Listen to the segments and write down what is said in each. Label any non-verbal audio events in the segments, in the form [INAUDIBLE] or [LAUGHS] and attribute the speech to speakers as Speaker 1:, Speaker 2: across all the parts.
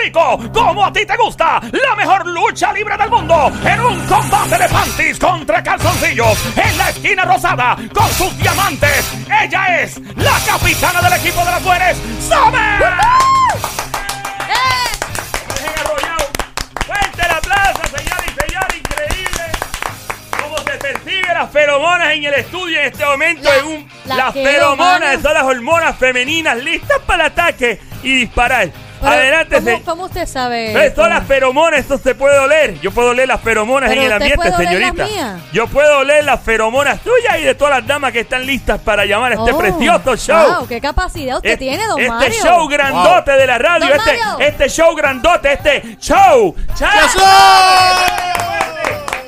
Speaker 1: Este como a ti te gusta, la mejor lucha libre del mundo, en un combate de panties contra calzoncillos, en la esquina rosada, con sus diamantes. Ella es la capitana del equipo de las mujeres, Summer. Dejen arrollado. Fuerte el aplauso, señor y señor, increíble. Cómo se percibe las feromonas en el estudio en este momento.
Speaker 2: La-
Speaker 1: en un-
Speaker 2: las
Speaker 1: las
Speaker 2: feromonas.
Speaker 1: feromonas son las hormonas femeninas listas para el ataque y disparar.
Speaker 2: Pero,
Speaker 1: Adelante,
Speaker 2: ¿cómo,
Speaker 1: señor.
Speaker 2: cómo usted sabe?
Speaker 1: Eh, son
Speaker 2: cómo?
Speaker 1: las feromonas, esto se puede oler. Yo puedo oler las feromonas
Speaker 2: Pero
Speaker 1: en el
Speaker 2: usted
Speaker 1: ambiente,
Speaker 2: puede oler las
Speaker 1: señorita.
Speaker 2: mías.
Speaker 1: Yo puedo oler las feromonas tuyas y de todas las damas que están listas para llamar a este
Speaker 2: Oh,
Speaker 1: precioso show.
Speaker 2: Wow, qué capacidad usted
Speaker 1: Este-
Speaker 2: tiene, don
Speaker 1: este
Speaker 2: Mario.
Speaker 1: show grandote de la radio,
Speaker 2: Don
Speaker 1: este,
Speaker 2: Mario.
Speaker 1: este show grandote, este show. ¡Chao!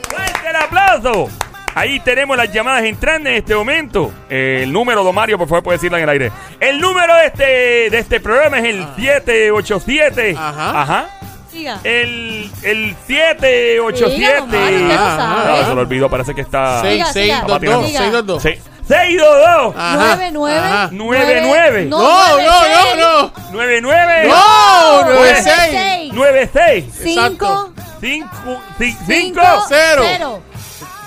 Speaker 1: ¡Fuerte el aplauso! Ahí tenemos las llamadas entrando en este momento. Eh, el número, don Mario, por favor, puede decirla en el aire. El número de este, de este programa es el 787.
Speaker 3: Ajá.
Speaker 1: Ajá.
Speaker 2: Siga.
Speaker 1: El, el 787.
Speaker 2: Diga, don Mario, usted lo
Speaker 3: Ah,
Speaker 1: Ah, se
Speaker 2: sabe.
Speaker 1: lo olvidó, parece que está.
Speaker 2: Sí.
Speaker 3: 6, 6, 2, 2, 6, 2, 2.
Speaker 1: Sí. 622.
Speaker 3: Ajá.
Speaker 2: 99.
Speaker 3: Ajá.
Speaker 1: Nueve, nueve.
Speaker 2: No,
Speaker 3: No,
Speaker 2: nueve,
Speaker 3: no,
Speaker 2: seis.
Speaker 3: no, no.
Speaker 1: 99.
Speaker 3: No,
Speaker 1: Eh, nueve,
Speaker 3: 9, 6.
Speaker 2: seis.
Speaker 1: 96.
Speaker 2: Cinco.
Speaker 1: Cinco, eh,
Speaker 2: Cinco.
Speaker 1: 5,
Speaker 3: cero.
Speaker 2: cero.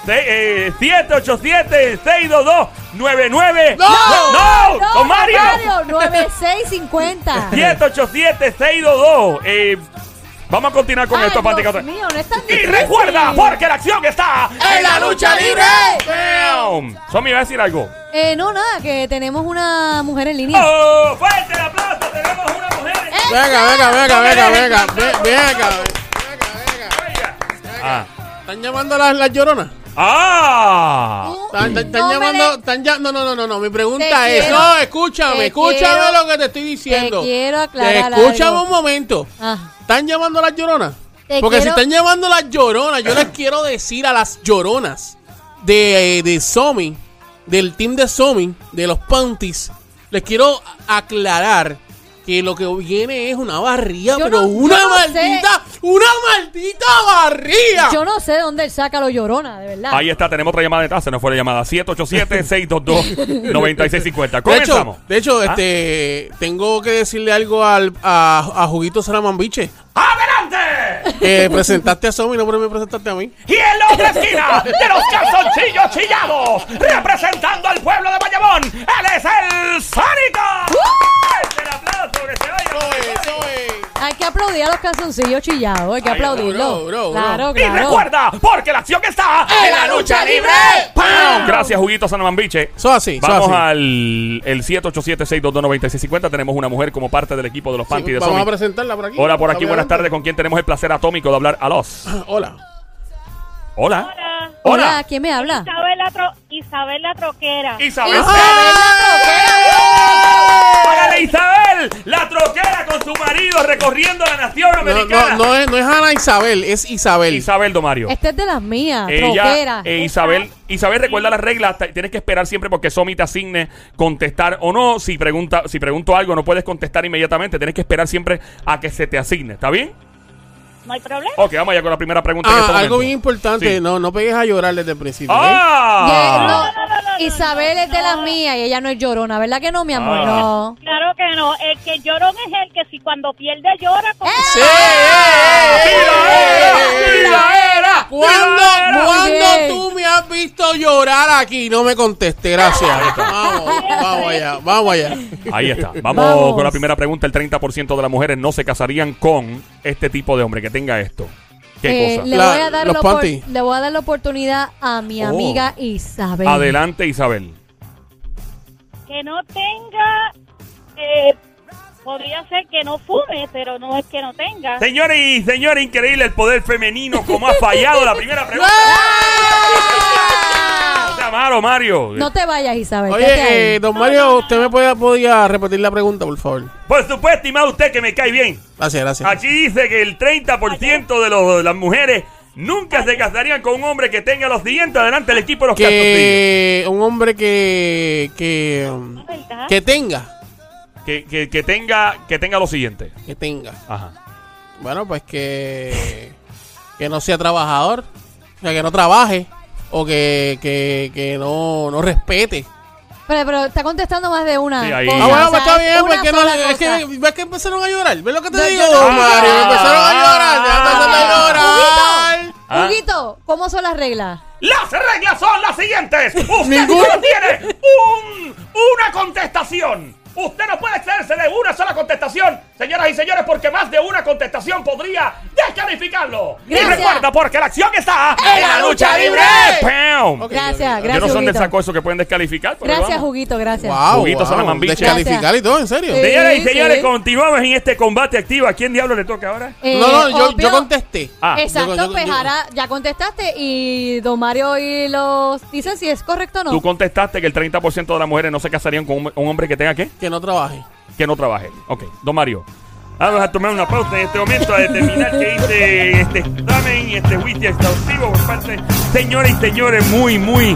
Speaker 1: 7, 8, 7, 6, 2, 2, 9, 9.
Speaker 3: No.
Speaker 1: ¡No!
Speaker 2: No,
Speaker 1: ¡Don Mario! [LAUGHS]
Speaker 2: 9650.
Speaker 1: 7, 8, 7, 6, 2, 2. Eh, vamos a continuar con
Speaker 2: Ay,
Speaker 1: esto, Pati.
Speaker 2: Dios mío, no es tan
Speaker 1: Y
Speaker 2: difícil.
Speaker 1: recuerda, porque la acción está
Speaker 2: ¡En la lucha libre!
Speaker 1: Damn. Somi, iba a decir algo.
Speaker 2: Eh, no, nada, que tenemos una mujer en línea.
Speaker 1: ¡Oh! ¡Fuerte el aplauso! Tenemos una mujer. en-
Speaker 3: Venga, venga, venga, venga, venga. Ve- Venga, venga, venga.
Speaker 1: Oiga. Ah.
Speaker 3: ¿Están llamando las, las lloronas?
Speaker 1: ¡Ah!
Speaker 2: Un
Speaker 3: ¿Están, están- están
Speaker 2: nombre-
Speaker 3: llamando? Están ya, no, no, no, no, no. Mi pregunta
Speaker 2: Te
Speaker 3: es.
Speaker 2: quiero-
Speaker 3: no, escúchame,
Speaker 2: te
Speaker 3: escúchame
Speaker 2: quiero-
Speaker 3: lo que te estoy diciendo.
Speaker 2: te quiero aclarar
Speaker 3: Escúchame
Speaker 2: algo.
Speaker 3: un momento.
Speaker 2: Ah,
Speaker 3: ¿Están llamando a las lloronas?
Speaker 2: Te
Speaker 3: Porque
Speaker 2: quiero-
Speaker 3: si están llamando a las lloronas,
Speaker 2: [LAUGHS]
Speaker 3: yo les quiero decir a las lloronas de, eh, de Somi, del team de Somi, de los Panties, les quiero aclarar que lo que viene es una barría,
Speaker 2: Yo
Speaker 3: pero
Speaker 2: no- yo no
Speaker 3: una
Speaker 2: sé.
Speaker 3: maldita, una maldita barría.
Speaker 2: yo no sé de dónde él saca los llorona, de verdad.
Speaker 1: Ahí está, tenemos otra llamada detrás, se nos fue la llamada. 787-622-9650.
Speaker 3: de hecho,
Speaker 1: Comenzamos.
Speaker 3: de hecho
Speaker 1: ¿Ah?
Speaker 3: este, tengo que decirle algo al, a, a Juguito Saramambiche.
Speaker 1: ¡Adelante!
Speaker 2: [LAUGHS]
Speaker 3: Eh, presentaste a Somi, no me presentaste a mí.
Speaker 1: Y en la otra esquina de los calzoncillos chillados, representando al pueblo de Bayamón, él es el Sónico. ¡El aplauso este que se
Speaker 3: Eso
Speaker 1: oiga!
Speaker 3: es, eso es.
Speaker 2: Hay que aplaudir a los calzoncillos chillados, hay que
Speaker 1: Ay, bro,
Speaker 2: aplaudirlo.
Speaker 3: bro, bro.
Speaker 2: Claro,
Speaker 1: Y
Speaker 2: claro.
Speaker 1: recuerda, porque la acción está en la lucha libre. ¡Pam! Gracias, Juguito Sanamambiche.
Speaker 3: Eso así, eso
Speaker 1: Vamos
Speaker 3: así.
Speaker 1: al el 787-622-9650. Tenemos una mujer como parte del equipo de los Panty de
Speaker 3: vamos a
Speaker 1: Sonic.
Speaker 3: presentarla por aquí.
Speaker 1: Hola por aquí,
Speaker 3: Adelante.
Speaker 1: buenas tardes. ¿Con quién tenemos el placer atómico de hablar a los?
Speaker 3: [CLEARS THROAT] Hola.
Speaker 1: Hola.
Speaker 2: Hola, ¿quién me habla?
Speaker 4: Isabel la, tro- Isabel la Troquera.
Speaker 1: Isabel.
Speaker 3: ¡Ah!
Speaker 1: Hágale, Isabel, la troquera con su marido recorriendo la nación
Speaker 3: No,
Speaker 1: americana.
Speaker 3: no, no es, no es Ana Isabel, es Isabel.
Speaker 1: Isabel Domario.
Speaker 2: Esta Este es de las mías,
Speaker 1: Ella,
Speaker 2: troquera.
Speaker 1: eh, Isabel, Isabel recuerda las reglas. t- Tienes que esperar siempre porque Somi te asigne contestar o no. Si pregunta, si pregunto algo, no puedes contestar inmediatamente. Tienes que esperar siempre a que se te asigne. ¿Está bien?
Speaker 4: No hay problema.
Speaker 1: Ok, vamos allá con la primera pregunta. en
Speaker 3: Ah,
Speaker 1: este
Speaker 3: algo
Speaker 1: momento.
Speaker 3: bien importante,
Speaker 1: Sí.
Speaker 3: no, no pegues a llorar desde el principio. ¿eh?
Speaker 2: Ya,
Speaker 1: ¡Ah!
Speaker 2: no, Isabel es de las mías y ella no es llorona, ¿verdad que no, mi amor?
Speaker 1: Ah.
Speaker 2: No.
Speaker 4: Claro que no. El que llorón es el que si cuando pierde llora. como-
Speaker 3: Sí,
Speaker 1: ¡Tira
Speaker 3: eh, eh, eh, eh, eh, eh.
Speaker 1: era!
Speaker 3: ¿Cuándo, cuándo
Speaker 2: Muy bien.
Speaker 3: tú me has visto llorar aquí? No me contesté, gracias. Vamos, vamos allá, vamos allá.
Speaker 1: Ahí
Speaker 2: [LAUGHS]
Speaker 1: está. Vamos,
Speaker 2: Vamos.
Speaker 1: con la primera pregunta. El 30% de las mujeres no se casarían con este tipo de hombre que tenga esto. ¿Qué
Speaker 2: Eh,
Speaker 1: cosa?
Speaker 2: le,
Speaker 3: La-
Speaker 2: voy a dar
Speaker 3: los
Speaker 2: la opor-
Speaker 3: panties.
Speaker 2: le voy a dar la oportunidad a mi
Speaker 1: Oh.
Speaker 2: amiga Isabel.
Speaker 1: Adelante, Isabel.
Speaker 4: Que no tenga. eh, podría ser que no fume, pero no es que no tenga.
Speaker 1: Señores y señores, increíble el poder femenino. ¿Cómo
Speaker 2: [LAUGHS]
Speaker 1: ha fallado la primera pregunta? No te amaro, Mario.
Speaker 2: No te vayas, Isabel. quédate ahí.
Speaker 3: Oye, eh, don Mario, ¿usted me puede, podía repetir la pregunta, por favor?
Speaker 1: Por supuesto, y más usted que me cae bien.
Speaker 3: Gracias, gracias.
Speaker 1: Aquí dice que el 30% de, los- de las mujeres nunca se casarían con un hombre que tenga los siguientes. Adelante, el equipo de los calzoncillos.
Speaker 3: Que un hombre que, que,
Speaker 2: Ah,
Speaker 3: um,
Speaker 4: ¿Verdad?
Speaker 3: que tenga,
Speaker 1: Que, que- que tenga, que tenga lo siguiente.
Speaker 3: que tenga.
Speaker 1: Ajá.
Speaker 3: Bueno, pues que, que no sea trabajador, o sea, que no trabaje, o que, que, que no, no respete.
Speaker 2: Pero, pero está contestando más de una.
Speaker 1: Sí, ahí.
Speaker 2: cosa,
Speaker 3: Ah, bueno,
Speaker 2: o
Speaker 3: pues
Speaker 2: sea,
Speaker 3: está
Speaker 2: es
Speaker 3: bien,
Speaker 2: una
Speaker 3: porque no,
Speaker 2: sola
Speaker 3: es que,
Speaker 2: cosa.
Speaker 3: ves que empezaron a llorar, ¿ves lo que te
Speaker 2: No,
Speaker 3: digo,
Speaker 2: yo no-
Speaker 3: don Mario?
Speaker 1: Ah,
Speaker 3: empezaron a
Speaker 2: ¿cómo son las reglas?
Speaker 1: Las reglas son las siguientes. Usted
Speaker 3: Ninguna.
Speaker 1: solo tiene un- una contestación. Usted no puede excederse de una sola contestación, señoras y señores, porque más de una contestación podría descalificarlo.
Speaker 2: Gracias.
Speaker 1: Y recuerda, porque la acción está
Speaker 3: ¡En la lucha libre!
Speaker 1: ¡Pam!
Speaker 3: Ok,
Speaker 2: Gracias,
Speaker 3: ok.
Speaker 1: Yo no sé
Speaker 2: gracias,
Speaker 1: dónde
Speaker 2: Juguito.
Speaker 1: sacó eso que pueden descalificar. pero
Speaker 2: Gracias,
Speaker 1: vamos.
Speaker 2: Juguito, gracias.
Speaker 3: Wow,
Speaker 1: Juguito
Speaker 3: wow.
Speaker 1: salamambiche.
Speaker 3: Descalificar y todo, en serio.
Speaker 2: Sí.
Speaker 1: Señoras y señores,
Speaker 2: sí.
Speaker 1: continuamos en este combate activo. ¿A quién diablo le toca ahora?
Speaker 2: Eh,
Speaker 3: no, no, yo,
Speaker 2: obvio.
Speaker 3: yo contesté.
Speaker 1: Ah,
Speaker 2: Exacto,
Speaker 3: yo- yo-
Speaker 2: pues
Speaker 3: yo-
Speaker 2: ahora ya contestaste y Don Mario y los dicen si es correcto o no.
Speaker 1: Tú contestaste que el 30% de las mujeres no se casarían con un, un hombre que tenga qué?
Speaker 3: Que no trabaje.
Speaker 1: Que no trabaje. Ok, don Mario. Ah, Vamos a tomar una pausa en este momento a determinar que hice este examen y este wiki exhaustivo por parte, señores y señores, muy, muy, muy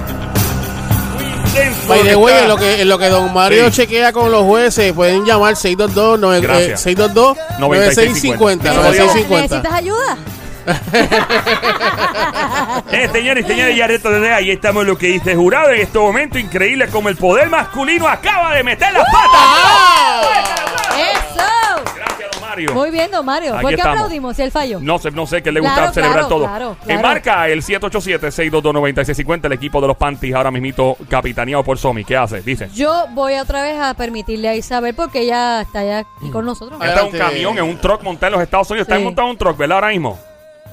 Speaker 1: intenso.
Speaker 3: By the
Speaker 1: que
Speaker 3: way,
Speaker 1: está.
Speaker 3: en lo que, en lo que Don Mario
Speaker 1: Sí.
Speaker 3: chequea con los jueces, pueden llamar 622 9, eh,
Speaker 1: Gracias.
Speaker 3: 622
Speaker 1: 9650.
Speaker 3: 9650.
Speaker 2: ¿Necesitas
Speaker 3: 9650.
Speaker 2: ayuda?
Speaker 1: Eh, señores y señores, ya reto de ahí estamos en lo que dice jurado en este momento increíble como el poder masculino acaba de meter las patas.
Speaker 2: ¡Eso!
Speaker 1: Gracias, don Mario.
Speaker 2: Muy bien, Don Mario.
Speaker 1: Aquí
Speaker 2: ¿Por qué
Speaker 1: estamos.
Speaker 2: aplaudimos si él falló?
Speaker 1: No sé, no sé qué le gusta
Speaker 2: Claro,
Speaker 1: celebrar
Speaker 2: claro,
Speaker 1: todo.
Speaker 2: claro,
Speaker 1: Eh,
Speaker 2: claro.
Speaker 1: marca el 787-622-9650, el equipo de los Panties ahora mismito capitaneado por Somi. ¿Qué hace? Dice.
Speaker 2: Yo voy otra vez a permitirle a Isabel porque ella está ya aquí con nosotros.
Speaker 3: Ah,
Speaker 1: Está en un
Speaker 3: Adelante.
Speaker 1: camión, en un truck montado en los Estados Unidos. Está
Speaker 2: Sí.
Speaker 1: montado en un truck, ¿verdad? Ahora mismo.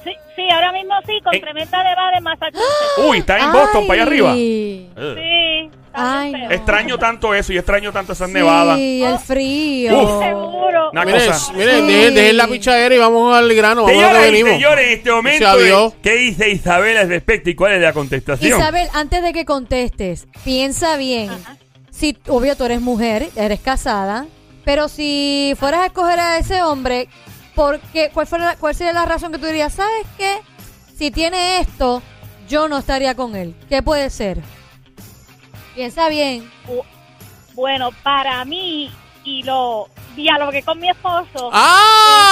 Speaker 4: Sí, sí, ahora mismo sí, con
Speaker 1: Eh.
Speaker 4: tremenda deba de Massachusetts.
Speaker 1: Uy, está en Boston,
Speaker 2: Ay.
Speaker 1: para allá arriba. Eh.
Speaker 4: Sí. está
Speaker 2: Ay,
Speaker 4: bien
Speaker 2: no.
Speaker 4: feo.
Speaker 1: Extraño tanto eso y extraño tanto esas
Speaker 2: Sí,
Speaker 1: nevadas.
Speaker 2: el frío.
Speaker 1: Uf.
Speaker 4: Seguro.
Speaker 1: Una
Speaker 3: Miren,
Speaker 1: cosa.
Speaker 3: miren,
Speaker 2: Sí.
Speaker 3: dejen, dejen la pichadera y vamos al grano. Vamos a lo que
Speaker 1: Señoras y
Speaker 3: venimos.
Speaker 1: señores, en este momento,
Speaker 3: Gracias a Dios.
Speaker 1: ¿qué dice Isabel al respecto y cuál es la contestación?
Speaker 2: Isabel, antes de que contestes, piensa bien. Si, obvio, tú eres mujer, eres casada, pero si fueras a escoger a ese hombre, ¿por qué? ¿cuál, fuera la- ¿cuál sería la razón que tú dirías? ¿Sabes qué? Si tiene esto, yo no estaría con él. ¿Qué puede ser? Piensa bien.
Speaker 4: Bu- Bueno, para mí, y lo dialogué con mi esposo.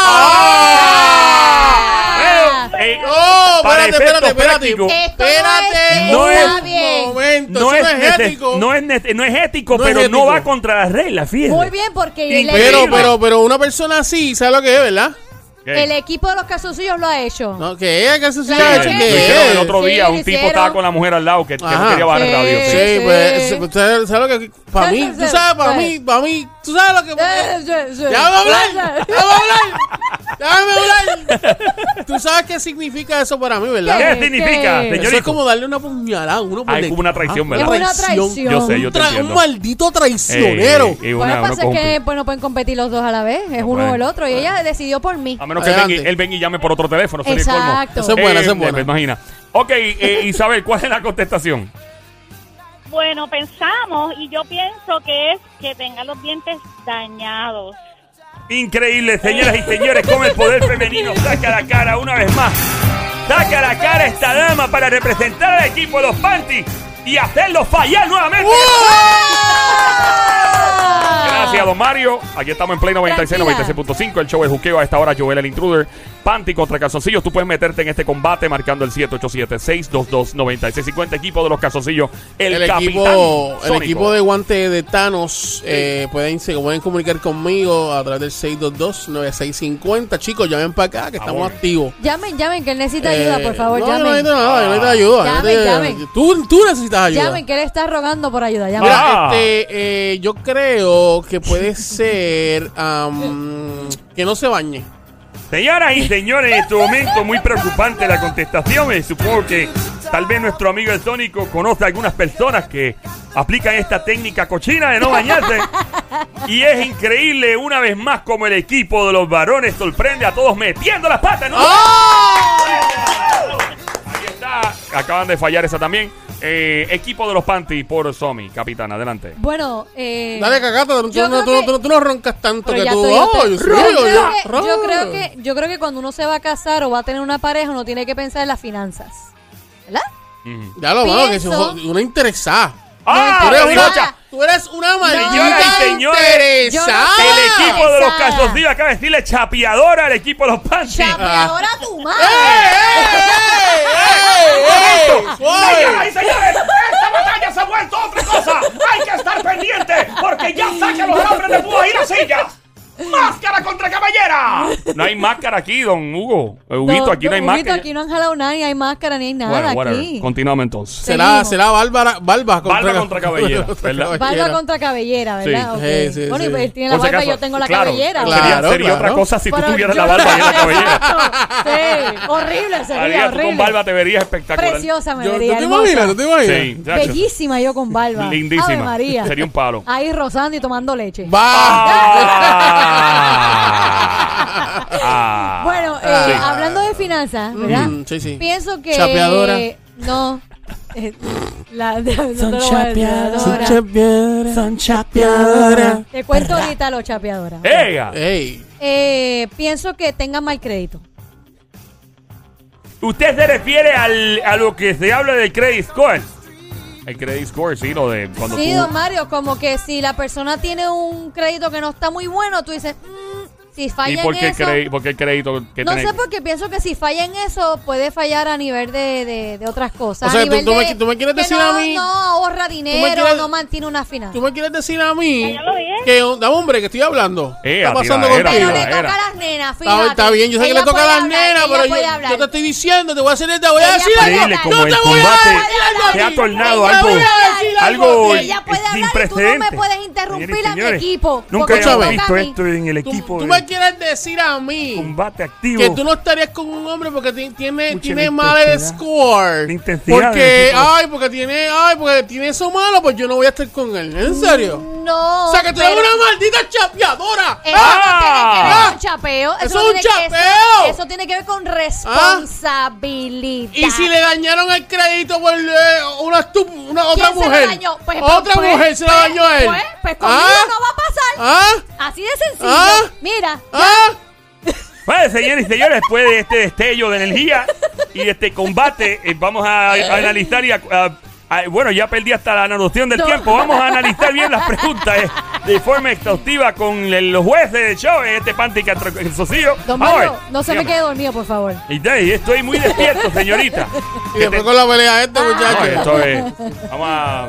Speaker 3: ¡Ah!
Speaker 2: Ah.
Speaker 1: Eh, eh,
Speaker 3: ¡Oh!
Speaker 1: Para
Speaker 3: Espérate, espérate,
Speaker 1: efectos
Speaker 3: espérate.
Speaker 1: prácticos.
Speaker 2: Esto no
Speaker 3: Espérate.
Speaker 2: es-
Speaker 1: No
Speaker 3: un
Speaker 1: es-
Speaker 2: bien.
Speaker 3: Momento.
Speaker 1: no,
Speaker 3: eso
Speaker 1: es nece-
Speaker 3: ético.
Speaker 1: no, es nece- no es ético,
Speaker 3: No es
Speaker 1: pero no
Speaker 3: ético.
Speaker 1: va contra las reglas, fíjate.
Speaker 2: Muy bien, porque el,
Speaker 3: Pero,
Speaker 1: Increíble.
Speaker 3: pero, pero una persona así, ¿sabe lo que es, verdad?
Speaker 2: el equipo de los calzoncillos lo ha hecho.
Speaker 3: No, que es, que eso se
Speaker 2: Sí,
Speaker 3: ha
Speaker 1: Lo
Speaker 3: hecho,
Speaker 2: lo
Speaker 3: que
Speaker 1: hicieron el
Speaker 3: es.
Speaker 1: otro
Speaker 2: Sí,
Speaker 1: día.
Speaker 2: lo
Speaker 1: un tipo
Speaker 2: hicieron.
Speaker 1: estaba con la mujer al lado que, que no
Speaker 3: Ajá.
Speaker 1: quería bajar el
Speaker 2: Sí.
Speaker 1: radio. sí.
Speaker 3: Sí,
Speaker 2: Sí.
Speaker 3: pues, eso, ¿sabes sabe lo que? Para
Speaker 2: Sí,
Speaker 3: mí,
Speaker 2: sí,
Speaker 3: tú
Speaker 2: sí.
Speaker 3: sabes, para
Speaker 2: Sí.
Speaker 3: mí, para mí, tú sabes lo
Speaker 2: [LAUGHS]
Speaker 3: que...
Speaker 2: Sí, sí, sí.
Speaker 3: Ya vamos a hablar, ya vamos a hablar, ya vamos a hablar. Tú sabes qué significa eso para mí, ¿verdad?
Speaker 1: ¿Qué
Speaker 2: ¿Qué?
Speaker 1: significa,
Speaker 2: ¿Qué?
Speaker 1: señor?
Speaker 3: Eso es como darle una puñalada a uno por
Speaker 1: Ahí
Speaker 3: detrás.
Speaker 1: hubo una traición,
Speaker 3: Ah,
Speaker 1: ¿verdad?
Speaker 2: [LAUGHS] Es una traición.
Speaker 1: Yo sé, yo
Speaker 3: Un,
Speaker 1: te
Speaker 3: tra-
Speaker 1: entiendo. Eh,
Speaker 3: un maldito traicionero.
Speaker 1: Ey, ey,
Speaker 2: Lo que
Speaker 1: una-
Speaker 2: pasa
Speaker 1: uno
Speaker 2: es que
Speaker 1: con-
Speaker 2: pues, no pueden competir los dos a la vez, es
Speaker 1: No
Speaker 2: uno
Speaker 1: pueden.
Speaker 2: o el otro, y ella decidió por mí.
Speaker 1: A menos que él venga,
Speaker 3: Adelante.
Speaker 1: y- él venga y llame por otro teléfono. sería el colmo.
Speaker 2: Exacto.
Speaker 3: Eso es buena,
Speaker 1: Eh,
Speaker 3: eso es buena.
Speaker 1: Me imagina. Ok, eh, Isabel, ¿cuál es la contestación?
Speaker 4: Bueno, pensamos, y yo pienso que es que tenga los dientes dañados.
Speaker 1: Increíble, señoras y señores, como el poder femenino saca la cara una vez más. Saca la cara esta dama para representar al equipo de los Panties y hacerlos fallar nuevamente. Gracias, don Mario. Aquí estamos en Play 96,
Speaker 2: Tranquila.
Speaker 1: 96.5. El show es juqueo. A esta hora, Joel el Intruder. Panty contra calzoncillos. Tú puedes meterte en este combate marcando el 787-622-9650. Equipo de los calzoncillos. El,
Speaker 3: El,
Speaker 1: capitán
Speaker 3: equipo, el
Speaker 1: Sónico.
Speaker 3: equipo de guante de Thanos eh, pueden, se pueden comunicar conmigo a través del 622-9650. Chicos, llamen para acá que estamos
Speaker 1: Vamos.
Speaker 3: activos.
Speaker 2: Llamen, llamen, que él necesita
Speaker 3: Eh,
Speaker 2: ayuda, por favor,
Speaker 3: no, yo no
Speaker 2: llamen.
Speaker 3: necesito nada, yo necesito ayuda. yo
Speaker 2: Llamen,
Speaker 3: necesito-
Speaker 2: llamen.
Speaker 3: Tú, tú necesitas ayuda.
Speaker 2: Llamen, que él está rogando por ayuda, llamen.
Speaker 1: Ah.
Speaker 3: Mira, este, eh, yo creo
Speaker 2: [LAUGHS]
Speaker 3: que puede ser am, que no se bañe.
Speaker 1: Señoras y señores, en este momento muy preocupante la contestación. Eh, Supongo que tal vez nuestro amigo el Sónico conoce a algunas personas que aplican esta técnica cochina de no bañarse. y es increíble una vez más como el equipo de los varones sorprende a todos metiendo las patas. ¿no?
Speaker 2: ¡Oh!
Speaker 3: ¡Oh!
Speaker 1: Ahí está. Acaban de fallar esa también. Eh, equipo de los Panty por Somi, capitán, adelante.
Speaker 2: Bueno, eh,
Speaker 3: Dale cagata, tú,
Speaker 2: yo
Speaker 3: no,
Speaker 2: creo
Speaker 3: tú no-
Speaker 2: que-
Speaker 3: tú no- tú no roncas tanto
Speaker 2: pero
Speaker 3: que
Speaker 2: ya
Speaker 3: tú.
Speaker 2: estoy-
Speaker 3: Oh,
Speaker 2: yo
Speaker 3: yo
Speaker 2: te-
Speaker 3: sí,
Speaker 2: yo
Speaker 3: yo-
Speaker 2: creo que-
Speaker 3: ron.
Speaker 2: yo creo que- yo creo que cuando uno se va a casar o va a tener una pareja, uno tiene que pensar en las finanzas. ¿Verdad?
Speaker 1: Ujú.
Speaker 3: Ya lo vamos, que
Speaker 2: pienso-
Speaker 3: se jod- una interesada.
Speaker 1: ¡Ah!
Speaker 3: tú, eres
Speaker 1: la
Speaker 3: una,
Speaker 1: bigocha.
Speaker 3: tú eres una maldita
Speaker 1: Señoras y señores,
Speaker 3: interesada.
Speaker 2: yo no-
Speaker 1: El equipo de los
Speaker 2: Esa.
Speaker 1: calzoncillos acaba de decirle chapeadora al equipo de los Panty.
Speaker 2: Chapeadora tu
Speaker 3: ¡Eh,
Speaker 2: madre.
Speaker 3: eh, eh, eh, eh!
Speaker 1: Señoras y
Speaker 3: Suave.
Speaker 1: señores, esta batalla se ha vuelto otra cosa. Hay que estar pendiente porque ya saca los hombres de púa y las sillas. ¡Máscara contra cabellera! No hay máscara aquí, don Hugo. Eh, Huguito, aquí no hay
Speaker 2: Huguito,
Speaker 1: máscara.
Speaker 2: aquí no han jalado nada, ni hay máscara, ni hay
Speaker 1: Bueno,
Speaker 2: nada
Speaker 1: whatever.
Speaker 2: aquí.
Speaker 1: Continuamos entonces.
Speaker 3: Será,
Speaker 2: Seguimos.
Speaker 3: será Bárbara, Barba contra,
Speaker 1: Barba contra
Speaker 3: [LAUGHS]
Speaker 1: cabellera, ¿verdad?
Speaker 3: cabellera.
Speaker 2: Barba contra cabellera, ¿verdad?
Speaker 3: Sí,
Speaker 2: Ok.
Speaker 3: sí, sí,
Speaker 2: bueno,
Speaker 3: sí.
Speaker 2: y pues, él tiene la
Speaker 1: Por si
Speaker 2: barba y
Speaker 1: acaso,
Speaker 2: yo tengo la
Speaker 1: claro,
Speaker 2: cabellera.
Speaker 1: Sería,
Speaker 3: Claro,
Speaker 1: sería
Speaker 3: claro.
Speaker 1: otra cosa si tú
Speaker 2: Pero
Speaker 1: tuvieras
Speaker 2: yo-
Speaker 1: la barba y la cabellera.
Speaker 2: Exacto. Sí, horrible sería,
Speaker 1: María, tú
Speaker 2: horrible.
Speaker 1: con barba te verías espectacular.
Speaker 2: Preciosa me
Speaker 3: Yo- ¿Tú
Speaker 2: vería,
Speaker 3: te
Speaker 2: hermosa.
Speaker 3: imaginas? ¿Tú te imaginas?
Speaker 1: Sí, chacho.
Speaker 2: Bellísima yo con barba.
Speaker 1: Lindísima.
Speaker 2: Ave María.
Speaker 1: Sería un palo.
Speaker 2: Ahí rozando y tomando leche. [LAUGHS]
Speaker 1: Ah. Ah.
Speaker 2: bueno, eh,
Speaker 1: Sí.
Speaker 2: hablando de finanzas, ¿verdad?
Speaker 3: Mm, sí, sí.
Speaker 2: Pienso que...
Speaker 3: Chapeadora.
Speaker 2: No. Eh, la- [LAUGHS] no te lo voy a decir, chapeadora.
Speaker 3: Son chapeadoras.
Speaker 2: Te cuento ahorita lo chapeadora.
Speaker 1: Ella,
Speaker 3: Ey.
Speaker 2: Eh, pienso que tengan mal crédito.
Speaker 1: ¿usted se refiere al, a lo que se habla del credit score? El credit score, sí, lo de cuando
Speaker 2: Sí,
Speaker 1: tú...
Speaker 2: don Mario, como que si la persona tiene un crédito que no está muy bueno, tú dices, mm, si
Speaker 1: ¿Y
Speaker 2: falla
Speaker 1: por
Speaker 2: en
Speaker 1: qué,
Speaker 2: eso...
Speaker 1: credi- por qué el crédito que
Speaker 2: No
Speaker 1: tenés?
Speaker 2: sé por qué pienso que si falla en eso puede fallar a nivel de, de- de otras cosas.
Speaker 3: O sea,
Speaker 2: a
Speaker 3: tú-
Speaker 2: nivel
Speaker 3: tú me-
Speaker 2: de
Speaker 3: tú me quieres
Speaker 2: que
Speaker 3: decir
Speaker 2: no,
Speaker 3: a mí-
Speaker 2: No ahorra dinero,
Speaker 3: quieres-
Speaker 2: no mantiene una finanza.
Speaker 3: ¿Tú me quieres decir a mí?
Speaker 4: Ya yo lo
Speaker 2: ¿eh?
Speaker 4: dije.
Speaker 3: Que, da hombre, que estoy hablando.
Speaker 1: Eh,
Speaker 3: ¿Qué está pasando
Speaker 1: tiradera,
Speaker 2: Pero
Speaker 3: contigo?
Speaker 2: le
Speaker 1: era.
Speaker 2: toca a las nenas,
Speaker 3: Está,
Speaker 2: fíjate.
Speaker 3: está bien, yo sé que
Speaker 2: Ella
Speaker 3: le toca a
Speaker 2: puede
Speaker 3: las
Speaker 2: hablar,
Speaker 3: nenas,
Speaker 2: ella
Speaker 3: pero yo,
Speaker 2: puede hablar.
Speaker 3: yo te estoy diciendo, te voy a hacer te voy a
Speaker 2: Ella
Speaker 3: decir
Speaker 2: puede
Speaker 3: algo.
Speaker 1: Increíble
Speaker 2: hablar.
Speaker 1: como
Speaker 3: No
Speaker 1: el
Speaker 3: te voy a
Speaker 1: combate
Speaker 3: hablar,
Speaker 1: se ha
Speaker 3: Dani.
Speaker 1: tornado
Speaker 3: Te
Speaker 1: algo,
Speaker 3: voy a decir
Speaker 1: algo
Speaker 3: algo.
Speaker 2: Ella puede hablar y
Speaker 1: sin
Speaker 2: tú no me
Speaker 1: precedentes.
Speaker 2: puedes interrumpir
Speaker 1: Señores y
Speaker 2: a mi
Speaker 1: señores,
Speaker 2: equipo,
Speaker 1: Nunca
Speaker 2: porque
Speaker 1: habíamos
Speaker 3: me
Speaker 1: visto
Speaker 2: toca a mí.
Speaker 1: esto en el
Speaker 3: Tú,
Speaker 1: equipo
Speaker 3: tú
Speaker 1: de
Speaker 3: me quieres decir a mí
Speaker 1: combate activo.
Speaker 3: que tú no estarías con un hombre porque ti- tiene,
Speaker 1: Mucha
Speaker 3: tiene mal el
Speaker 1: intensidad.
Speaker 3: score.
Speaker 1: La intensidad de
Speaker 3: Porque,
Speaker 1: ese tipo.
Speaker 3: ay, porque tiene, ay, porque tiene eso malo, pues yo no voy a estar con él. ¿En serio?
Speaker 2: No.
Speaker 3: O sea, que tú eres
Speaker 2: pero-
Speaker 3: una maldita chapeadora.
Speaker 2: Eso
Speaker 1: ¡Ah!
Speaker 2: no tiene que ver con chapeo. Eso,
Speaker 3: ¡Eso
Speaker 2: no
Speaker 3: es un
Speaker 2: tiene que- eso-
Speaker 3: chapeo! ¿Ah?
Speaker 2: Eso, tiene que ver con responsabilidad.
Speaker 3: Y si le dañaron el crédito por eh, una, estu- una otra
Speaker 2: ¿Quién se
Speaker 3: mujer.
Speaker 2: la dañó? Pues,
Speaker 3: otra
Speaker 2: pues,
Speaker 3: mujer se la
Speaker 2: pues,
Speaker 3: dañó a él.
Speaker 2: Pues, pues conmigo
Speaker 3: ¿Ah?
Speaker 2: no va a pasar.
Speaker 3: ¿Ah?
Speaker 2: Así de sencillo.
Speaker 3: ¿Ah?
Speaker 2: Mira,
Speaker 3: ¿Ah?
Speaker 1: Vale, señores y señores, después de este destello de energía y de este combate, eh, vamos a, a analizar y a, a- a- Bueno, ya perdí hasta la noción del
Speaker 2: No.
Speaker 1: tiempo. Vamos a analizar bien las preguntas eh, de forma exhaustiva con el- los jueces del show, eh, este panty socio.
Speaker 2: don Mario, no se me quede dormido, por favor.
Speaker 1: Y de ahí, estoy muy despierto,
Speaker 2: [LAUGHS]
Speaker 1: señorita.
Speaker 3: Y después con la pelea
Speaker 2: Ah.
Speaker 3: esta,
Speaker 1: No,
Speaker 3: muchachos.
Speaker 1: esto es- Vamos a.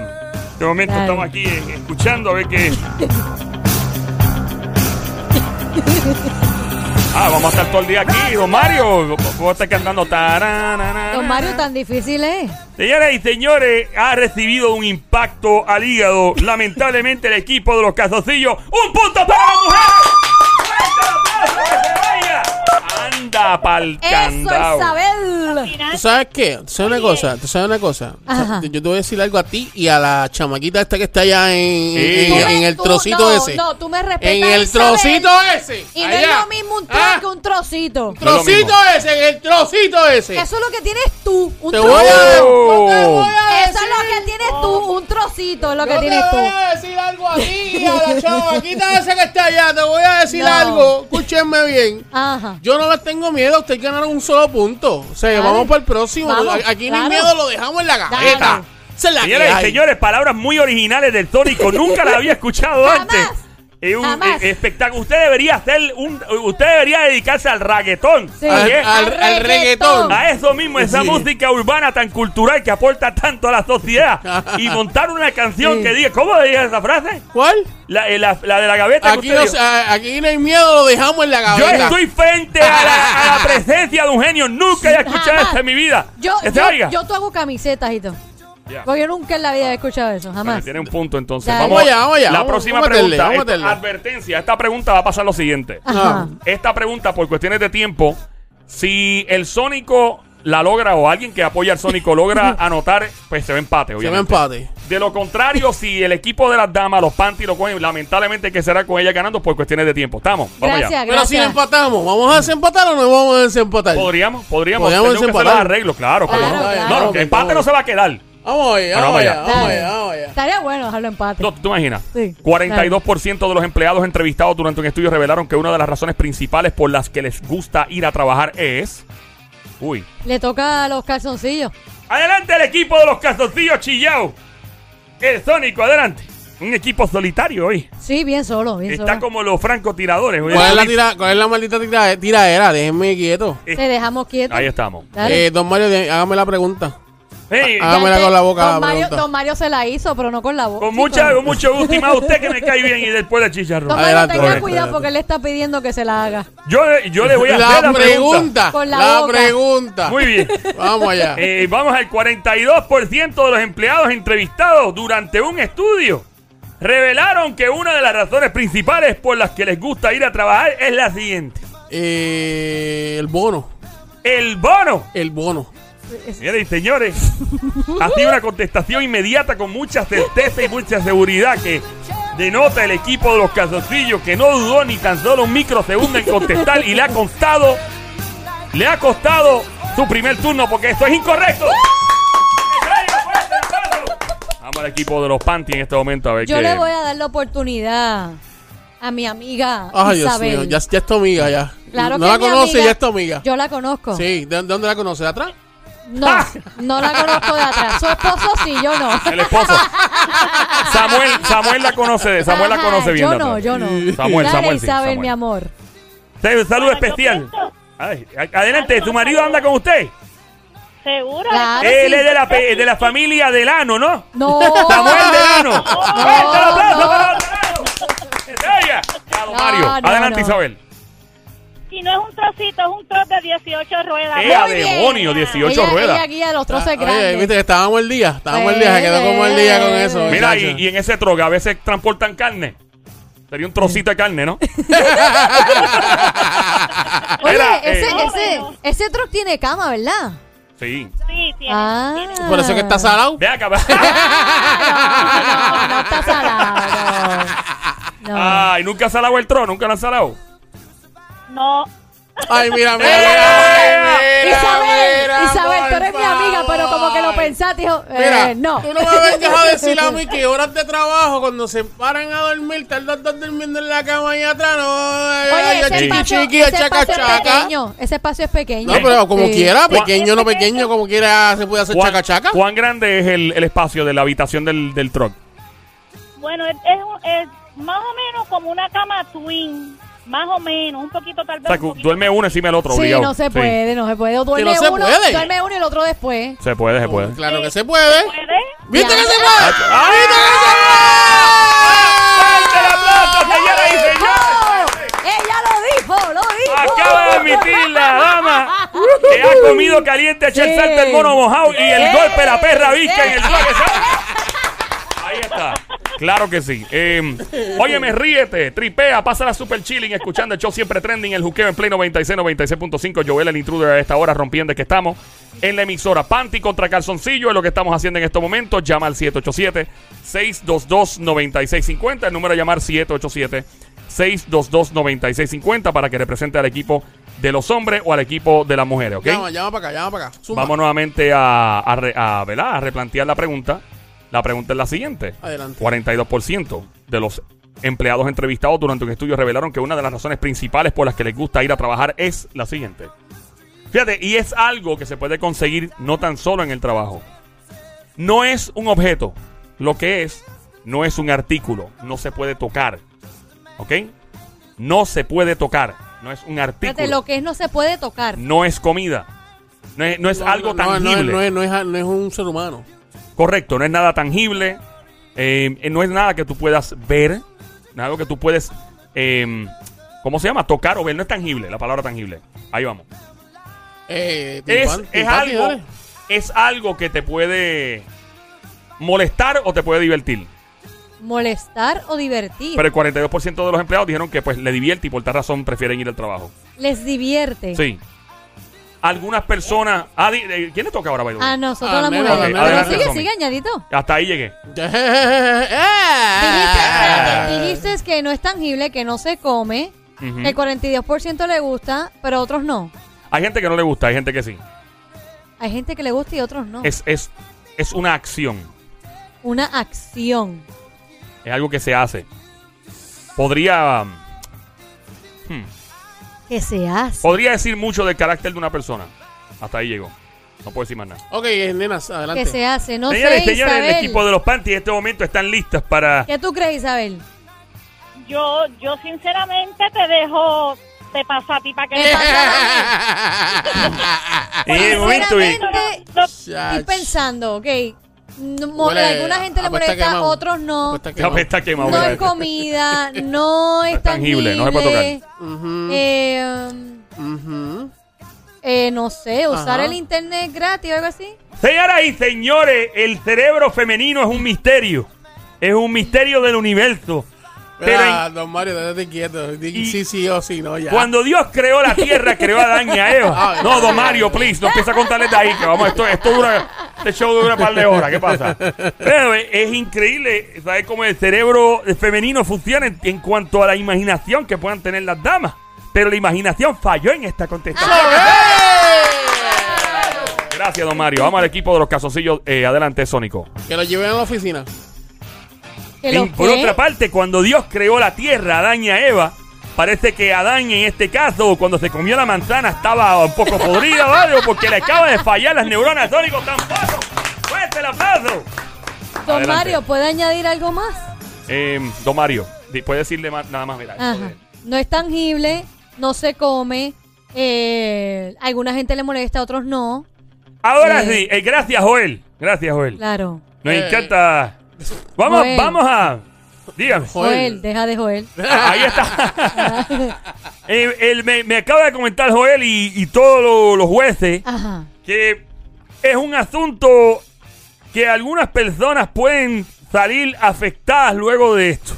Speaker 1: De momento
Speaker 2: Dale.
Speaker 1: estamos aquí eh, escuchando a ver qué. Ah, vamos a estar todo el día aquí, don Mario. Vamos a estar cantando. tarararara.
Speaker 2: Don Mario, tan difícil es.
Speaker 1: Señoras y señores, ha recibido un impacto al hígado. Lamentablemente, el equipo de los Casocillos. ¡Un punto para la mujer! ¡Fuerte el aplauso que se vaya! Anda pa'l
Speaker 2: Eso
Speaker 1: candado.
Speaker 2: es saber.
Speaker 4: Final,
Speaker 3: ¿Tú sabes qué? ¿Tú sabes una cosa? ¿Tú sabes una cosa?
Speaker 2: Ajá.
Speaker 3: Yo te voy a decir algo a ti y a la chamaquita esta que está allá en,
Speaker 1: Sí.
Speaker 3: en-
Speaker 1: Tú
Speaker 2: Tú
Speaker 3: en
Speaker 2: me-
Speaker 3: el
Speaker 2: tú-
Speaker 3: trocito
Speaker 2: no,
Speaker 3: ese.
Speaker 2: No, tú me respetas.
Speaker 3: en el
Speaker 2: Isabel.
Speaker 3: trocito ese.
Speaker 2: Y no
Speaker 3: allá.
Speaker 2: es lo mismo un trozo
Speaker 3: Ah,
Speaker 2: que un trocito.
Speaker 1: No es lo
Speaker 3: Trocito ese, en el trocito ese.
Speaker 2: Eso es lo que tienes tú, un
Speaker 3: te
Speaker 2: trocito.
Speaker 3: voy a,
Speaker 1: Oh.
Speaker 3: no te voy a
Speaker 2: Eso es lo que tienes tú, un trocito es lo que
Speaker 3: Oh. Yo
Speaker 2: tienes
Speaker 3: te
Speaker 2: tú.
Speaker 3: voy a decir algo a ti y a la chamaquita esa que está allá. Te voy a decir
Speaker 2: No.
Speaker 3: algo. Escúchenme bien.
Speaker 2: Ajá.
Speaker 3: Yo no les tengo miedo. Ustedes ganaron un solo punto. O sea,
Speaker 2: Dale.
Speaker 3: vamos para el próximo.
Speaker 2: Vamos,
Speaker 3: Aquí
Speaker 2: claro.
Speaker 3: ni miedo lo dejamos en la gaveta.
Speaker 2: Dale.
Speaker 3: Esa es la que
Speaker 1: Señoras y
Speaker 3: hay.
Speaker 1: señores, palabras muy originales del Tónico. Nunca las había escuchado
Speaker 2: [LAUGHS] Jamás.
Speaker 1: antes. Es un
Speaker 2: Jamás.
Speaker 1: eh, espectáculo. Usted debería hacer un, usted debería dedicarse al reggaetón.
Speaker 2: Sí.
Speaker 1: ¿A qué?
Speaker 3: Al- al reggaetón.
Speaker 1: A eso mismo, esa
Speaker 3: Sí.
Speaker 1: música urbana tan cultural que aporta tanto a la sociedad. Y montar una canción
Speaker 2: Sí.
Speaker 1: que diga, ¿cómo diga esa frase?
Speaker 3: ¿Cuál?
Speaker 1: La, eh, la- la de la gaveta. que
Speaker 3: Aquí
Speaker 1: usted
Speaker 3: no,
Speaker 1: dijo.
Speaker 3: a- aquí no hay miedo, lo dejamos en la
Speaker 1: Yo
Speaker 3: gaveta.
Speaker 1: estoy frente a la, a la presencia de un genio. Nunca he escuchado
Speaker 2: Jamás.
Speaker 1: esto en mi vida.
Speaker 2: Yo,
Speaker 1: Que se
Speaker 2: yo,
Speaker 1: oiga.
Speaker 2: yo te hago camisetas y todo.
Speaker 1: Ya.
Speaker 2: Porque yo nunca en la vida he escuchado eso,
Speaker 1: Bueno,
Speaker 2: jamás.
Speaker 1: tiene un punto entonces.
Speaker 2: Dale.
Speaker 1: Vamos,
Speaker 3: Vamos allá, vamos allá,
Speaker 1: La
Speaker 3: vamos-
Speaker 1: próxima
Speaker 3: vamos a meterle,
Speaker 1: pregunta.
Speaker 3: vamos a
Speaker 1: esta-
Speaker 3: meterle. Ah.
Speaker 1: advertencia. Esta pregunta va a pasar lo siguiente.
Speaker 2: Ajá.
Speaker 1: Esta pregunta, por cuestiones de tiempo, si el Sónico la logra o alguien que apoya al Sónico
Speaker 3: [LAUGHS]
Speaker 1: logra anotar, pues se ve empate,
Speaker 3: Se me
Speaker 1: obviamente.
Speaker 3: empate.
Speaker 1: De lo contrario, si el equipo de las damas, los panties lo cogen, lamentablemente que será con ella ganando por cuestiones de tiempo. Estamos, vamos allá.
Speaker 2: Gracias,
Speaker 3: Pero si la
Speaker 2: gracias.
Speaker 3: empatamos, ¿vamos a desempatar o no vamos a desempatar?
Speaker 1: Podríamos, podríamos,
Speaker 3: Podríamos
Speaker 1: tenemos que hacer los
Speaker 3: desempatar.
Speaker 1: arreglos, claro.
Speaker 2: Claro,
Speaker 1: cómo no.
Speaker 2: claro.
Speaker 1: No, no, que
Speaker 3: Ok,
Speaker 1: empate
Speaker 3: vamos.
Speaker 1: no se va a quedar.
Speaker 3: Vamos allá,
Speaker 1: Bueno,
Speaker 3: vamos allá,
Speaker 1: vamos
Speaker 3: vamos
Speaker 2: Dale.
Speaker 3: allá, vamos allá.
Speaker 2: Estaría bueno dejarlo empate.
Speaker 1: No, ¿Tú te imaginas?
Speaker 2: Sí.
Speaker 1: 42% de los empleados entrevistados durante un estudio revelaron que una de las razones principales por las que les gusta ir a trabajar es... Uy.
Speaker 2: Le toca a los calzoncillos.
Speaker 1: Adelante el equipo de los calzoncillos chillao. El Sónico, adelante. Un equipo solitario hoy.
Speaker 2: Sí, bien solo, bien
Speaker 1: Está
Speaker 2: solo.
Speaker 1: como los francotiradores. hoy.
Speaker 3: ¿Cuál es, la tira- cuál es la maldita tira- tiradera? Déjenme quieto.
Speaker 2: Te dejamos quieto.
Speaker 1: eh, Ahí estamos.
Speaker 2: Dale.
Speaker 3: Eh, don Mario, de- hágame la pregunta.
Speaker 1: Sí,
Speaker 3: Ah, me la con la boca
Speaker 2: Don
Speaker 3: la
Speaker 2: Mario,
Speaker 3: pregunta.
Speaker 2: don Mario se la hizo, pero no con la boca.
Speaker 1: con,
Speaker 2: chico.
Speaker 1: mucha, con mucho gusto y más usted que me cae bien y después la
Speaker 2: Don
Speaker 1: chicharrón.
Speaker 2: Mario,
Speaker 3: Adelante,
Speaker 2: tenga
Speaker 3: correcto,
Speaker 2: cuidado
Speaker 3: adelante.
Speaker 2: porque él está pidiendo que se la haga.
Speaker 1: Yo, yo le voy a hacer
Speaker 3: La pregunta.
Speaker 2: Con la
Speaker 3: La
Speaker 2: boca.
Speaker 3: pregunta.
Speaker 1: Muy bien.
Speaker 3: Vamos allá.
Speaker 1: [LAUGHS] Eh, vamos al 42% de los empleados entrevistados durante un estudio revelaron que una de las razones principales por las que les gusta ir a trabajar es la siguiente.
Speaker 3: Eh, el bono.
Speaker 1: El bono.
Speaker 3: El bono.
Speaker 1: Señores y señores, ha sido una contestación inmediata con mucha certeza y mucha seguridad que denota el equipo de los calzoncillos que no dudó ni tan solo un microsegundo en contestar y le ha costado, le ha costado su primer turno porque esto es incorrecto. Vamos al equipo de los panty en este momento a ver
Speaker 2: Yo
Speaker 1: qué-
Speaker 2: le voy a dar la oportunidad a mi amiga
Speaker 3: Ay, Dios
Speaker 2: Isabel.
Speaker 3: mío. Ya, ya es tu amiga, ya.
Speaker 2: Claro
Speaker 3: no
Speaker 2: que
Speaker 3: la
Speaker 2: es mi
Speaker 3: conoce,
Speaker 2: amiga.
Speaker 3: ya es tu amiga.
Speaker 2: Yo la conozco.
Speaker 3: Sí, ¿de, de dónde la conoce? ¿De atrás?
Speaker 2: No,
Speaker 1: Ah.
Speaker 2: no la conozco de atrás. Su esposo sí, yo no.
Speaker 1: El esposo. Samuel, Samuel la conoce, [LAUGHS] Samuel la
Speaker 2: Ajá,
Speaker 1: conoce bien.
Speaker 2: Yo
Speaker 1: de
Speaker 2: no,
Speaker 1: atrás.
Speaker 2: yo no.
Speaker 1: Samuel,
Speaker 2: Dale,
Speaker 1: Samuel, sí,
Speaker 2: Isabel,
Speaker 1: Samuel.
Speaker 2: mi amor.
Speaker 1: Te- Salud
Speaker 4: Bueno, yo
Speaker 1: especial.
Speaker 4: pienso-
Speaker 1: Ay, a- adelante, ¿tu marido anda con usted?
Speaker 4: Seguro.
Speaker 2: Claro.
Speaker 1: Él es de la, pe- de la familia Delano, ¿no?
Speaker 2: No.
Speaker 1: Samuel Delano.
Speaker 2: Oh.
Speaker 1: ¡Fuerte el aplauso
Speaker 2: no.
Speaker 1: para Delano! ¡Estrella! Claro,
Speaker 2: No,
Speaker 1: Mario.
Speaker 2: no,
Speaker 1: Adelante,
Speaker 2: no.
Speaker 1: Isabel.
Speaker 4: Si no es un trocito, es un trozo de 18 ruedas.
Speaker 1: ¡Eh, a
Speaker 2: Muy bien.
Speaker 1: demonio! 18
Speaker 2: ella,
Speaker 1: ruedas.
Speaker 2: Ella aquí a los
Speaker 3: Ah,
Speaker 2: troces
Speaker 3: oye,
Speaker 2: grandes.
Speaker 3: viste que estábamos el día. Estábamos el día. Se quedó como el día con eso.
Speaker 1: Mira,
Speaker 3: muchacho.
Speaker 1: y, y en ese troca a veces transportan carne. Sería un trocito de carne,
Speaker 2: [LAUGHS]
Speaker 1: ¿no?
Speaker 2: Oye,
Speaker 1: Mira,
Speaker 2: ese,
Speaker 1: eh,
Speaker 2: ese, ese truck tiene cama, ¿verdad?
Speaker 1: Sí.
Speaker 4: Sí, tiene.
Speaker 2: Ah.
Speaker 4: tiene.
Speaker 3: Por eso es que está salado.
Speaker 1: Ve acá.
Speaker 2: [LAUGHS] Ah, no, no, no está salado. No.
Speaker 3: Ah.
Speaker 1: Ay, nunca has salado el trono, nunca lo han salado.
Speaker 4: No.
Speaker 3: Ay, mira, mira,
Speaker 1: Mira,
Speaker 3: mira, mira,
Speaker 2: Isabel,
Speaker 3: mira,
Speaker 2: Isabel, tú
Speaker 3: por
Speaker 2: eres mi amiga, pero como que lo
Speaker 3: favor.
Speaker 2: pensaste, dijo, eh,
Speaker 3: Mira,
Speaker 2: no.
Speaker 3: tú no me vengas a decir
Speaker 2: [LAUGHS]
Speaker 3: a mí que horas de trabajo cuando se paran a dormir, tardan tanto durmiendo en la cama allá atrás, no.
Speaker 2: Oye,
Speaker 3: ay,
Speaker 2: ese,
Speaker 3: ay,
Speaker 2: espacio,
Speaker 3: chiqui, chiqui,
Speaker 2: ese
Speaker 3: chaca,
Speaker 2: espacio es
Speaker 3: chaca.
Speaker 2: pequeño. Ese espacio es pequeño.
Speaker 3: No, pero como
Speaker 2: Sí.
Speaker 3: quiera, pequeño, no pequeño, como quiera se puede hacer
Speaker 1: ¿Cuán,
Speaker 3: chaca, chaca.
Speaker 1: cuán grande es el, el espacio de la habitación del, del truck?
Speaker 4: Bueno, es, es un- es más o menos como una cama twin. Más o menos. Un poquito tal
Speaker 1: O
Speaker 4: vez.
Speaker 1: sea,
Speaker 4: un
Speaker 1: que
Speaker 4: poquito
Speaker 1: duerme uno encima del otro,
Speaker 2: Sí,
Speaker 1: obligado.
Speaker 2: no se
Speaker 1: Sí.
Speaker 2: puede, no se puede. O duerme
Speaker 3: no se
Speaker 2: uno,
Speaker 3: puede.
Speaker 2: duerme uno y el otro después.
Speaker 1: Se puede, se puede.
Speaker 3: Claro que se puede.
Speaker 4: más.
Speaker 3: ¿Viste
Speaker 2: Ya.
Speaker 3: que se
Speaker 1: ¡Ah!
Speaker 3: puede?
Speaker 1: ¡Fuerte el aplauso, señoras y señores!
Speaker 2: Ella lo dijo, lo dijo.
Speaker 1: Acaba de admitir la dama que ha comido caliente, echó el
Speaker 2: Sí.
Speaker 1: salto el mono mojado y el
Speaker 2: Eh.
Speaker 1: golpe de la perra visca en el
Speaker 2: Eh.
Speaker 1: suelo. Ahí está. Claro que sí. Eh, óyeme, ríete, tripea, pasa la super chilling escuchando el show siempre trending, el juqueo en Play 96, 96.5. Joel, el intruder a esta hora rompiendo que estamos en la emisora. Panty contra calzoncillo es lo que estamos haciendo en estos momentos. Llama al 787-622-9650. El número a llamar 787-622-9650 para que represente al equipo de los hombres o al equipo de las mujeres, ¿ok?
Speaker 3: Llama, llama para acá, llama para acá. Zumba.
Speaker 1: Vamos nuevamente a, a re- a, ¿verdad? a replantear la pregunta. La pregunta es la siguiente.
Speaker 3: Adelante.
Speaker 1: 42% de los empleados entrevistados durante un estudio revelaron que una de las razones principales por las que les gusta ir a trabajar es la siguiente. Fíjate, y es algo que se puede conseguir no tan solo en el trabajo. No es un objeto. Lo que es, no es un artículo. No se puede tocar. ¿Ok? No se puede tocar. No es un
Speaker 2: Fíjate,
Speaker 1: artículo.
Speaker 2: lo que es no se puede tocar.
Speaker 1: No es comida. No es, no es
Speaker 3: No,
Speaker 1: algo
Speaker 3: no, no,
Speaker 1: tangible.
Speaker 3: No, es- no es, no es- no es un ser humano.
Speaker 1: Correcto, no es nada tangible. eh, eh, no es nada que tú puedas ver. no es Algo que tú puedes. eh, ¿Cómo se llama? Tocar o ver. No es tangible, la palabra tangible. Ahí vamos.
Speaker 3: Eh,
Speaker 1: Es,
Speaker 3: timpán-
Speaker 1: es
Speaker 3: timpán,
Speaker 1: algo,
Speaker 3: señores.
Speaker 1: es algo que te puede molestar o te puede divertir.
Speaker 2: Molestar o divertir.
Speaker 1: Pero el 42% de los empleados dijeron que pues le divierte y por tal razón prefieren ir al trabajo.
Speaker 2: Les divierte.
Speaker 1: Sí. Algunas personas. ah, di- eh, ¿Quién le toca ahora, by the way?
Speaker 2: A nosotros
Speaker 3: Ah,
Speaker 2: las
Speaker 3: nena,
Speaker 2: mujeres.
Speaker 1: ok,
Speaker 2: Pero
Speaker 1: adelante,
Speaker 2: sigue,
Speaker 1: Tommy.
Speaker 2: sigue, añadito.
Speaker 1: Hasta ahí llegué.
Speaker 3: [LAUGHS]
Speaker 2: Dijiste,
Speaker 3: Ah.
Speaker 2: espérate, dijiste que no es tangible, que no se come,
Speaker 1: Ujú.
Speaker 2: que el 42% le gusta, pero otros no.
Speaker 1: Hay gente que no le gusta, hay gente que sí.
Speaker 2: Hay gente que le gusta y otros no.
Speaker 1: Es, es, es una acción.
Speaker 2: Una acción.
Speaker 1: Es algo que se hace. Podría. hmm,
Speaker 2: que se hace.
Speaker 1: podría decir mucho del carácter de una persona. Hasta ahí llegó. No puedo decir más nada.
Speaker 3: Ok, eh, nenas, adelante.
Speaker 2: Que se hace. No
Speaker 1: señores,
Speaker 2: sé,
Speaker 1: señores, el
Speaker 2: Isabel.
Speaker 1: equipo de los Panties en este momento están listas para.
Speaker 2: ¿Qué tú crees, Isabel?
Speaker 4: Yo, yo sinceramente te dejo, te paso a ti para que
Speaker 3: Eh,
Speaker 4: me pases a mí.
Speaker 3: [LAUGHS]
Speaker 5: En el momento y-
Speaker 2: Sinceramente,
Speaker 4: No,
Speaker 2: estoy pensando, ok. no- mo-
Speaker 3: Huele
Speaker 2: alguna gente le
Speaker 3: a pesta
Speaker 2: molesta,
Speaker 3: quemado.
Speaker 2: otros no.
Speaker 3: Apesta
Speaker 1: Ya
Speaker 3: quemado.
Speaker 1: me está quemado.
Speaker 2: No es
Speaker 1: ¿verdad? [LAUGHS]
Speaker 2: comida, no es
Speaker 1: es tangible,
Speaker 2: tangible.
Speaker 1: no se puede tocar.
Speaker 3: Ujú,
Speaker 2: Eh, um,
Speaker 3: ujú.
Speaker 2: eh, no sé, usar
Speaker 3: Ajá.
Speaker 2: el internet gratis o algo así.
Speaker 1: Señoras y señores, el cerebro femenino es un misterio. Es un misterio del universo. Pero en-
Speaker 3: Mira, Ah, don Mario, déjate quieto. Di-
Speaker 1: Y-
Speaker 3: Sí, sí o sí, no, ya.
Speaker 1: cuando Dios creó la tierra, creó a Adán y a Eva.
Speaker 3: [LAUGHS] Ay,
Speaker 1: No, don
Speaker 3: ay,
Speaker 1: Mario,
Speaker 3: ay.
Speaker 1: please, no empieza a contarle de ahí. Que vamos, esto, esto dura. Este show dura un par de horas. ¿Qué pasa? Pero es, es increíble saber cómo el cerebro femenino funciona en, en cuanto a la imaginación que puedan tener las damas. Pero la imaginación falló en esta contestación. Gracias, don Mario. Vamos al equipo de los casoncillos. Eh, adelante, Sónico.
Speaker 3: Que lo lleven a la oficina.
Speaker 2: Que
Speaker 1: En-
Speaker 2: los
Speaker 1: por
Speaker 2: qué?
Speaker 1: otra parte, cuando Dios creó la tierra, Adán y a Eva, parece que Adán en este caso, cuando se comió la manzana, estaba un poco podrida o algo, porque le acaba de fallar las neuronas sónicos tan paso. ¡Fuerte el aplauso!
Speaker 2: Don
Speaker 1: Adelante.
Speaker 2: Mario, ¿puede añadir algo más?
Speaker 1: Eh, don Mario, di- puede decirle más- nada más, mira.
Speaker 2: Ajá. No es tangible, no se come. eh, alguna gente le molesta, otros no.
Speaker 1: Ahora
Speaker 2: Sí.
Speaker 1: sí, eh, gracias, Joel. Gracias, Joel.
Speaker 2: Claro.
Speaker 1: Nos
Speaker 3: Eh.
Speaker 1: encanta. Vamos,
Speaker 2: Joel.
Speaker 1: vamos a. Dígame.
Speaker 2: Joel, deja de Joel.
Speaker 1: Ahí
Speaker 2: [LAUGHS]
Speaker 1: está. Eh, él me, me acaba de comentar Joel y, y todos lo- los jueces
Speaker 2: Ajá.
Speaker 1: que es un asunto que algunas personas pueden salir afectadas luego de esto.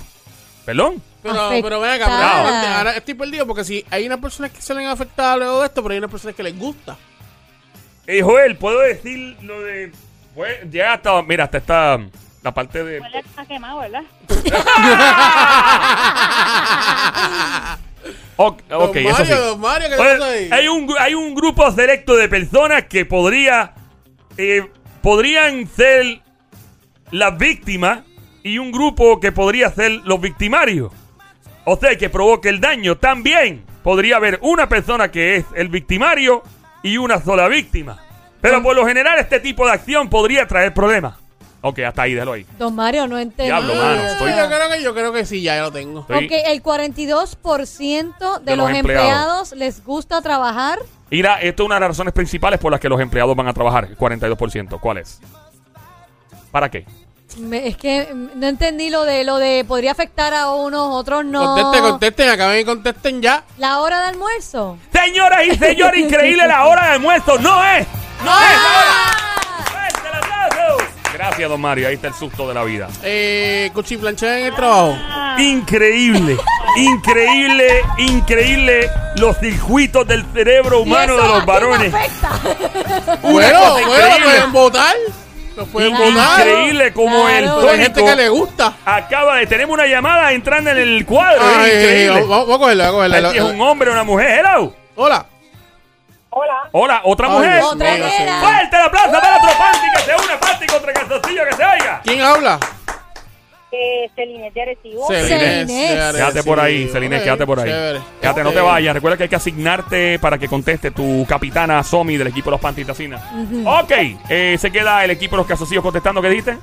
Speaker 1: ¿Perdón?
Speaker 3: Pero, pero ven acá, pero
Speaker 2: Afectada.
Speaker 3: ahora- ahora estoy perdido porque si hay unas personas que salen afectadas luego de esto, pero hay unas personas que les gusta.
Speaker 1: Eh, Joel, ¿puedo decir lo de...? Pues, ya hasta... Mira, hasta está la parte de...
Speaker 4: huele a quemado, ¿verdad?
Speaker 1: Ok, Ah, ok,
Speaker 3: don
Speaker 1: eso
Speaker 3: Mario,
Speaker 1: sí.
Speaker 3: don Mario, ¿qué
Speaker 1: Pues,
Speaker 3: pasa ahí?
Speaker 1: hay, un, hay un grupo selecto de personas que podría... eh, podrían ser las víctimas y un grupo que podría ser los victimarios. O sea, que provoque el daño. También podría haber una persona que es el victimario y una sola víctima. Pero por lo general este tipo de acción podría traer problemas. Ok, hasta ahí, déjalo ahí.
Speaker 2: Don Mario, no entiendo.
Speaker 1: Diablo,
Speaker 3: Sí,
Speaker 1: mano,
Speaker 3: sí,
Speaker 1: estoy-
Speaker 3: yo, creo que, yo creo que sí, ya lo tengo.
Speaker 1: Estoy-
Speaker 2: Ok, el 42% de,
Speaker 1: De los
Speaker 2: los,
Speaker 1: empleados.
Speaker 2: empleados les gusta trabajar.
Speaker 1: Mira, esto es una de las razones principales por las que los empleados van a trabajar, el 42%. ¿Cuál es? ¿Para qué?
Speaker 2: Me- es que mm, no entendí lo de lo de podría afectar a unos, otros no.
Speaker 3: Contesten, contesten, acaben y contesten ya.
Speaker 2: La hora de almuerzo.
Speaker 1: Señoras y señores, increíble la hora de almuerzo. ¡No es! ¡No es la hora!
Speaker 2: Ah,
Speaker 1: ¡Fuerte el aplauso! Gracias, don Mario. Ahí está el susto de la vida.
Speaker 3: Eh, cuchiplanchar en el trabajo.
Speaker 1: Increíble, increíble, increíble los circuitos del cerebro
Speaker 2: Y
Speaker 1: humano
Speaker 2: eso
Speaker 1: de
Speaker 2: a
Speaker 1: los
Speaker 2: quién
Speaker 1: varones.
Speaker 2: afecta?
Speaker 3: Bueno,
Speaker 1: cosa
Speaker 3: bueno,
Speaker 1: increíble.
Speaker 3: pueden votar. Los pueden votar.
Speaker 1: Increíble como
Speaker 2: Claro.
Speaker 1: el
Speaker 3: Pero hay gente
Speaker 1: tónico
Speaker 3: que le gusta.
Speaker 1: acaba de tener una llamada entrando en el cuadro. es
Speaker 3: Ay,
Speaker 1: increíble.
Speaker 3: vamos, vamos a cogerla, vamos a cogerla.
Speaker 1: Este es un hombre o una mujer. Hello.
Speaker 3: Hola.
Speaker 4: Hola.
Speaker 1: Hola, otra
Speaker 3: Ay,
Speaker 1: mujer.
Speaker 3: Dios
Speaker 2: Otra
Speaker 3: mío,
Speaker 2: era.
Speaker 3: señor.
Speaker 1: Fuerte la plaza para otro panty que se une panty contra Castillo que se oiga.
Speaker 3: ¿Quién habla?
Speaker 4: Eh, Celine de Arecibo.
Speaker 2: Celinés.
Speaker 3: Celinés.
Speaker 1: Quédate por ahí,
Speaker 3: Sí,
Speaker 1: Celine,
Speaker 3: ok,
Speaker 1: quédate por ahí.
Speaker 3: chévere.
Speaker 1: Quédate, no
Speaker 3: Ok.
Speaker 1: te vayas. Recuerda que hay que asignarte para que conteste tu capitana Somi del equipo de los Pantitacinas. Ok, eh, se queda el equipo de los Casocillos contestando. ¿Qué dijiste?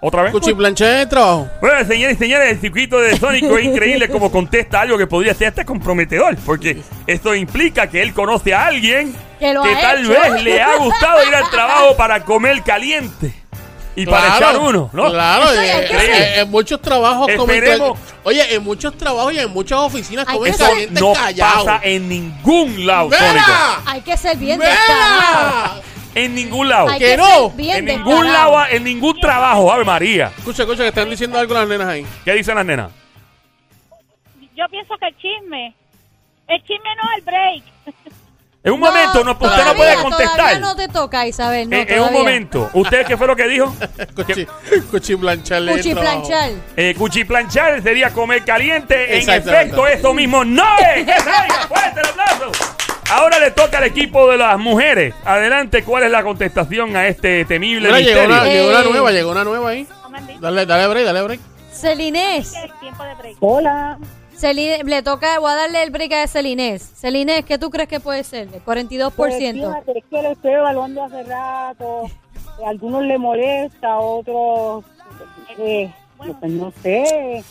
Speaker 1: ¿Otra vez?
Speaker 3: Cuchiplanchar en el trabajo.
Speaker 1: Bueno, señores y señores, el circuito de Sónico es increíble como contesta algo que podría ser hasta comprometedor, porque esto implica que él conoce a alguien
Speaker 2: Que lo ha
Speaker 1: tal
Speaker 2: hecho.
Speaker 1: vez le ha gustado ir al trabajo para comer caliente y para echar uno, ¿no?
Speaker 3: Claro,
Speaker 2: Eso ya
Speaker 3: eh,
Speaker 2: hay que
Speaker 3: eh,
Speaker 1: hacer.
Speaker 3: eh, en muchos trabajos comen
Speaker 1: Esperemos.
Speaker 3: cal- Oye, en muchos trabajos y en muchas oficinas
Speaker 2: Hay
Speaker 3: comen
Speaker 2: que hacer.
Speaker 3: caliente
Speaker 1: No
Speaker 3: callado.
Speaker 1: pasa en ningún lado, Sónico.
Speaker 3: ¡Mira!
Speaker 2: [LAUGHS] Hay que ser bien descarado.
Speaker 3: ¡Mira!
Speaker 1: En ningún lado.
Speaker 2: Hay
Speaker 3: que
Speaker 2: que
Speaker 3: no.
Speaker 2: ser bien
Speaker 1: En ningún
Speaker 2: descarado.
Speaker 1: lado, en ningún trabajo, Ave María.
Speaker 3: Escucha, escucha, que están diciendo algo las nenas ahí.
Speaker 1: ¿Qué dicen las nenas?
Speaker 4: Yo pienso que el chisme. El chisme no, el break.
Speaker 1: En un momento, no, usted no
Speaker 2: todavía,
Speaker 1: puede
Speaker 2: Todavía
Speaker 1: contestar.
Speaker 2: no te toca, Isabel. No,
Speaker 1: Eh, en un
Speaker 2: todavía.
Speaker 1: momento. ¿Usted qué fue lo que dijo?
Speaker 3: [LAUGHS] Cuchi- Cuchiplanchar en el
Speaker 2: Cuchiplanchar.
Speaker 3: trabajo.
Speaker 1: Eh, cuchiplanchar sería comer caliente. En
Speaker 3: Exactamente.
Speaker 1: efecto, eso mismo no es. ¡Que salga! ¡Fuerte el aplauso! Ahora le toca al equipo de las mujeres. Adelante, ¿cuál es la contestación a este temible
Speaker 3: Mira, llegó
Speaker 1: misterio?
Speaker 3: una, llegó una
Speaker 2: Eh.
Speaker 3: nueva, llegó una nueva ahí.
Speaker 4: No me han dicho
Speaker 3: Dale, dale break, dale break.
Speaker 2: Celinés.
Speaker 4: que es tiempo de break.
Speaker 6: Hola,
Speaker 2: Celine- le toca, voy a darle el break a Celinés. Celinés, ¿qué tú crees que puede ser? El 42%.
Speaker 6: pues fíjate, es que lo estoy evaluando hace rato, a algunos le molesta, a otros, eh, pues no sé,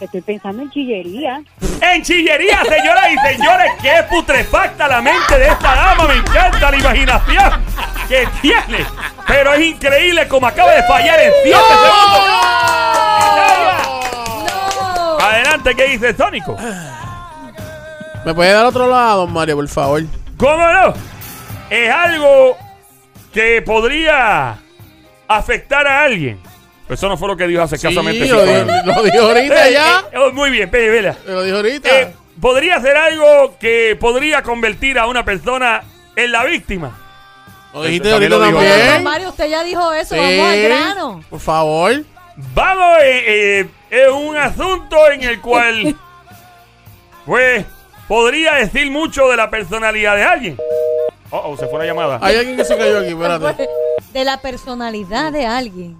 Speaker 6: estoy pensando en chillería.
Speaker 1: En chillería, señoras y señores, qué putrefacta la mente de esta dama, me encanta. la imaginación que tiene. Pero es increíble como acaba de fallar en 7 segundos. Adelante, ¿qué dices, Tónico?
Speaker 3: ¿Me puede dar otro lado, Mario, por favor?
Speaker 1: ¿Cómo no? Es algo que podría afectar a alguien. Pero Eso no fue lo que dijo hace escasamente
Speaker 3: Sí, lo,
Speaker 1: cinco
Speaker 3: di-
Speaker 1: años.
Speaker 3: lo dijo ahorita
Speaker 1: Eh,
Speaker 3: ya.
Speaker 1: eh, oh, muy bien, ve, vela.
Speaker 3: Lo dijo ahorita.
Speaker 1: Eh, podría ser algo que podría convertir a una persona en la víctima.
Speaker 3: lo dijiste
Speaker 1: eso también lo
Speaker 3: ahorita
Speaker 1: dijo.
Speaker 2: Pero, don
Speaker 3: también.
Speaker 2: Mario, usted ya dijo eso,
Speaker 3: Sí.
Speaker 2: vamos al grano.
Speaker 3: Por favor.
Speaker 1: Vamos, eh, eh, es un asunto en el
Speaker 2: [LAUGHS]
Speaker 1: cual, pues, podría decir mucho de la personalidad de alguien. Oh, oh, se fue la llamada.
Speaker 3: Hay alguien que se cayó
Speaker 2: [LAUGHS]
Speaker 3: aquí, espérate.
Speaker 2: Pues, De la personalidad de alguien.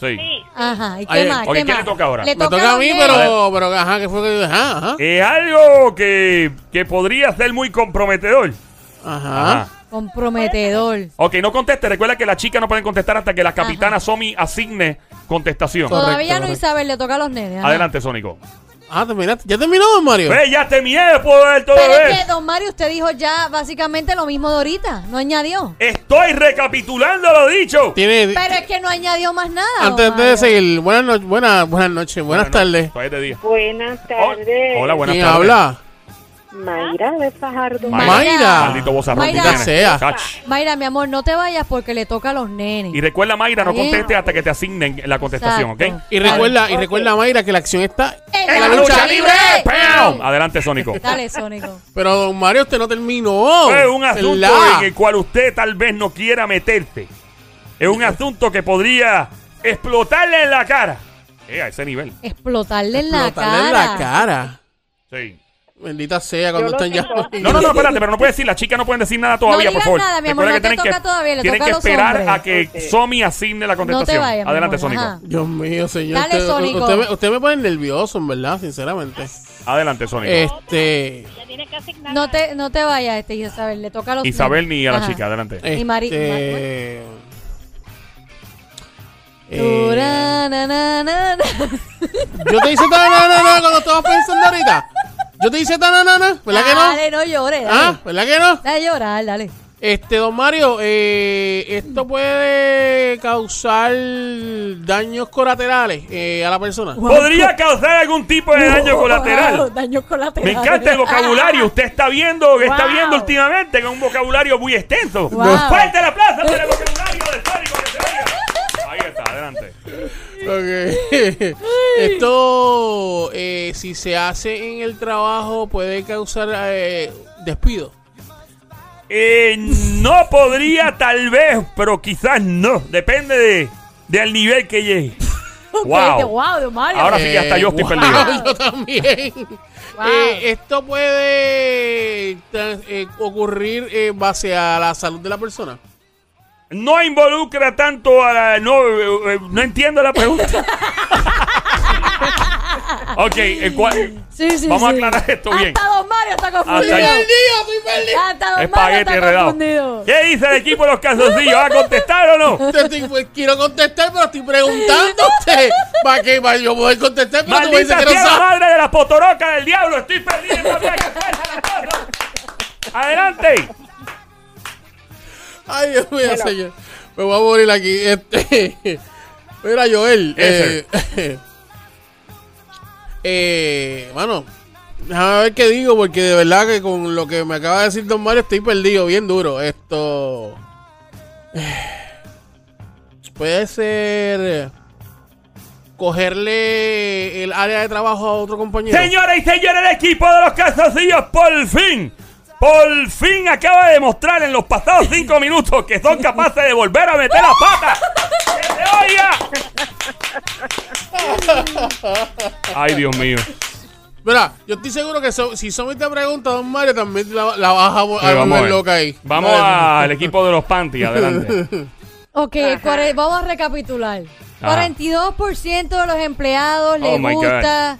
Speaker 1: Sí.
Speaker 4: Sí,
Speaker 2: Ajá, ¿y qué
Speaker 3: Ay,
Speaker 2: más?
Speaker 1: oye,
Speaker 2: ¿qué
Speaker 1: ¿quién
Speaker 2: más?
Speaker 1: le toca ahora?
Speaker 2: Le
Speaker 3: Me toca a
Speaker 2: don
Speaker 3: mí,
Speaker 2: Diego.
Speaker 3: pero, pero, ajá, ¿qué fue que yo dije? "Ah, Ajá, ajá.
Speaker 1: Es algo que, que podría ser muy comprometedor.
Speaker 2: Ah.
Speaker 3: Ajá.
Speaker 1: Ajá.
Speaker 2: Comprometedor.
Speaker 1: Ok, no conteste. Recuerda que las chicas no pueden contestar hasta que la capitana Somi asigne contestación.
Speaker 3: Correcto,
Speaker 2: Todavía no
Speaker 3: correcto.
Speaker 2: Isabel le toca a los nenes. ajá.
Speaker 1: Adelante, Sónico.
Speaker 3: Ah, terminaste. ¿Ya terminó, don Mario?
Speaker 1: Ve, ya te miedo, puedo ver todo
Speaker 2: Pero
Speaker 1: de
Speaker 2: es
Speaker 1: vez.
Speaker 2: que, don Mario, usted dijo ya básicamente lo mismo de ahorita. No añadió.
Speaker 1: Estoy recapitulando lo dicho.
Speaker 3: Tiene.
Speaker 2: Pero es que Pues, no añadió más nada. don
Speaker 3: Antes
Speaker 2: Mario.
Speaker 3: de seguir, buenas, no- buenas, buenas noches, buenas tardes.
Speaker 1: Todavía es de día. Oh,
Speaker 6: Buenas tardes.
Speaker 1: Hola, buenas
Speaker 3: ¿Quién
Speaker 1: tardes.
Speaker 3: habla?
Speaker 6: Mayra de Fajardo.
Speaker 1: Ma-
Speaker 3: Mayra.
Speaker 1: Maldito vozarrón que
Speaker 2: Mayra.
Speaker 1: tiene.
Speaker 3: Sea.
Speaker 1: Cach.
Speaker 2: Mayra, mi amor, no te vayas porque le toca a los
Speaker 1: Y
Speaker 2: nenes.
Speaker 1: recuerda, Mayra, no
Speaker 2: Está bien.
Speaker 1: conteste hasta que te asignen la contestación, ¿ok?
Speaker 2: Exacto.
Speaker 3: Y recuerda, y recuerda, Mayra, que la acción está
Speaker 2: En
Speaker 1: ¡En la lucha libre! ¡Pam! Adelante, Sónico.
Speaker 2: Dale, Sónico.
Speaker 3: Pero don Mario, usted no terminó.
Speaker 1: Es un asunto
Speaker 3: La-
Speaker 1: en el cual usted tal vez no quiera meterse. Es un asunto que podría explotarle en la cara. Eh, a ese nivel.
Speaker 2: Explotarle en la
Speaker 3: Explotarle
Speaker 2: cara.
Speaker 3: en la cara.
Speaker 1: Sí.
Speaker 3: Bendita sea cuando
Speaker 6: Yo
Speaker 3: están
Speaker 6: lo
Speaker 3: ya.
Speaker 6: tengo
Speaker 2: [LAUGHS]
Speaker 6: así.
Speaker 1: No, no, no, espérate, pero no puedes decir, las chicas no pueden decir nada todavía, por
Speaker 2: No digas
Speaker 1: favor.
Speaker 2: nada, mi amor,
Speaker 1: Recuerda
Speaker 2: no
Speaker 1: que
Speaker 2: te
Speaker 1: tienen
Speaker 2: toca
Speaker 1: que,
Speaker 2: todavía, le
Speaker 1: tienen
Speaker 2: toca
Speaker 1: que
Speaker 2: a los
Speaker 1: esperar
Speaker 2: hombres.
Speaker 1: a que
Speaker 6: Ok.
Speaker 1: Somi asigne la contestación.
Speaker 2: vayas, mi
Speaker 1: Adelante,
Speaker 2: amor,
Speaker 1: Sónico.
Speaker 2: ajá.
Speaker 3: Dios mío, señor.
Speaker 2: Dale,
Speaker 3: usted,
Speaker 2: Sónico.
Speaker 3: usted me, usted me pone nervioso, en verdad, sinceramente.
Speaker 1: Adelante, Sónico.
Speaker 3: Este.
Speaker 4: ya tiene que asignar.
Speaker 2: No te, no te vayas, este Isabel, le toca a los
Speaker 1: Isabel
Speaker 2: nenes.
Speaker 1: ni a la
Speaker 2: Ajá.
Speaker 1: chica, adelante.
Speaker 3: este,
Speaker 2: Y Mari-
Speaker 3: eh,
Speaker 2: Tura, na, na, na, na.
Speaker 3: yo te hice
Speaker 2: [LAUGHS]
Speaker 3: tananana cuando estabas pensando ahorita. Yo te hice tananana, ¿verdad que no?
Speaker 2: Dale, no llores.
Speaker 3: Ah,
Speaker 2: Dale,
Speaker 3: ¿verdad que no?
Speaker 2: dale llorar, dale.
Speaker 3: Este, don Mario, eh, esto puede causar daños colaterales eh, a la persona.
Speaker 1: Podría causar algún tipo de daño
Speaker 2: Wow,
Speaker 1: colateral.
Speaker 2: [LAUGHS] daño colateral.
Speaker 1: Me encanta el vocabulario. Usted está viendo, está
Speaker 2: Wow.
Speaker 1: viendo últimamente con un vocabulario muy extenso.
Speaker 2: Wow.
Speaker 1: Fuerte el aplauso para el vocabulario del Sónico que se vaya. Ahí está, adelante.
Speaker 3: Ok. [LAUGHS] esto, eh, si se hace en el trabajo, puede causar eh, despido.
Speaker 1: Eh, no podría, tal vez, pero quizás no. Depende de, del nivel que llegue.
Speaker 2: Ok,
Speaker 1: Wow.
Speaker 2: de- wow, de Mario.
Speaker 1: Ahora sí, que hasta yo estoy perdido.
Speaker 3: Eh, [LAUGHS] Yo también.
Speaker 2: Wow.
Speaker 3: Eh, esto puede tra- eh, ocurrir eh, base a la salud de la persona.
Speaker 1: No involucra tanto a la. No, eh, eh, no entiendo la pregunta. ok, eh, ¿cuál-
Speaker 2: Sí, sí,
Speaker 1: Vamos a
Speaker 2: sí.
Speaker 1: aclarar esto bien.
Speaker 2: Hasta Don Mario está
Speaker 1: Hasta
Speaker 2: confundido.
Speaker 1: yo.
Speaker 2: Hasta Don Mario
Speaker 1: espagueti
Speaker 2: está
Speaker 1: enredado.
Speaker 2: confundido.
Speaker 1: ¿Qué dice el equipo de los calzoncillos? ¿Va a contestar o no?
Speaker 3: Te estoy- pues, quiero contestar, pero estoy preguntándote. ¿Para qué? Para yo poder contestar, pero tú me dices
Speaker 1: ¡Maldita
Speaker 3: que no
Speaker 1: sea la
Speaker 3: sabes.
Speaker 1: madre de la potoroca del diablo! ¡Estoy perdido! ¡Había que hacer las cosas! ¡Adelante!
Speaker 3: Ay, Dios mío, señor. Me voy a morir aquí. Este, [LAUGHS] mira, Joel.
Speaker 1: Yes,
Speaker 3: eh, [LAUGHS] eh, mano, déjame ver qué digo, porque de verdad que con lo que me acaba de decir Don Mario estoy perdido, bien duro. Esto. [SIGHS] eh, Puede ser. eh, Cogerle el área de trabajo a otro compañero.
Speaker 1: Señoras y señores, el equipo de los calzoncillos, por fin, por fin acaba de demostrar en los pasados cinco minutos que son capaces de volver a meter las patas. ¡Que se oiga! Ay, Dios mío.
Speaker 3: Mira, yo estoy seguro que so- si Somi te pregunta, Don Mario, también la, la vas a, vol- a
Speaker 1: Sí,
Speaker 3: volver
Speaker 1: a ver.
Speaker 3: loca ahí.
Speaker 1: Vamos
Speaker 3: Dale.
Speaker 1: al equipo de los panties,
Speaker 3: [LAUGHS]
Speaker 1: adelante.
Speaker 2: Ok, cuare- vamos a recapitular.
Speaker 1: Ajá.
Speaker 2: 42% de los empleados
Speaker 1: Oh,
Speaker 2: les
Speaker 1: my God.
Speaker 2: gusta.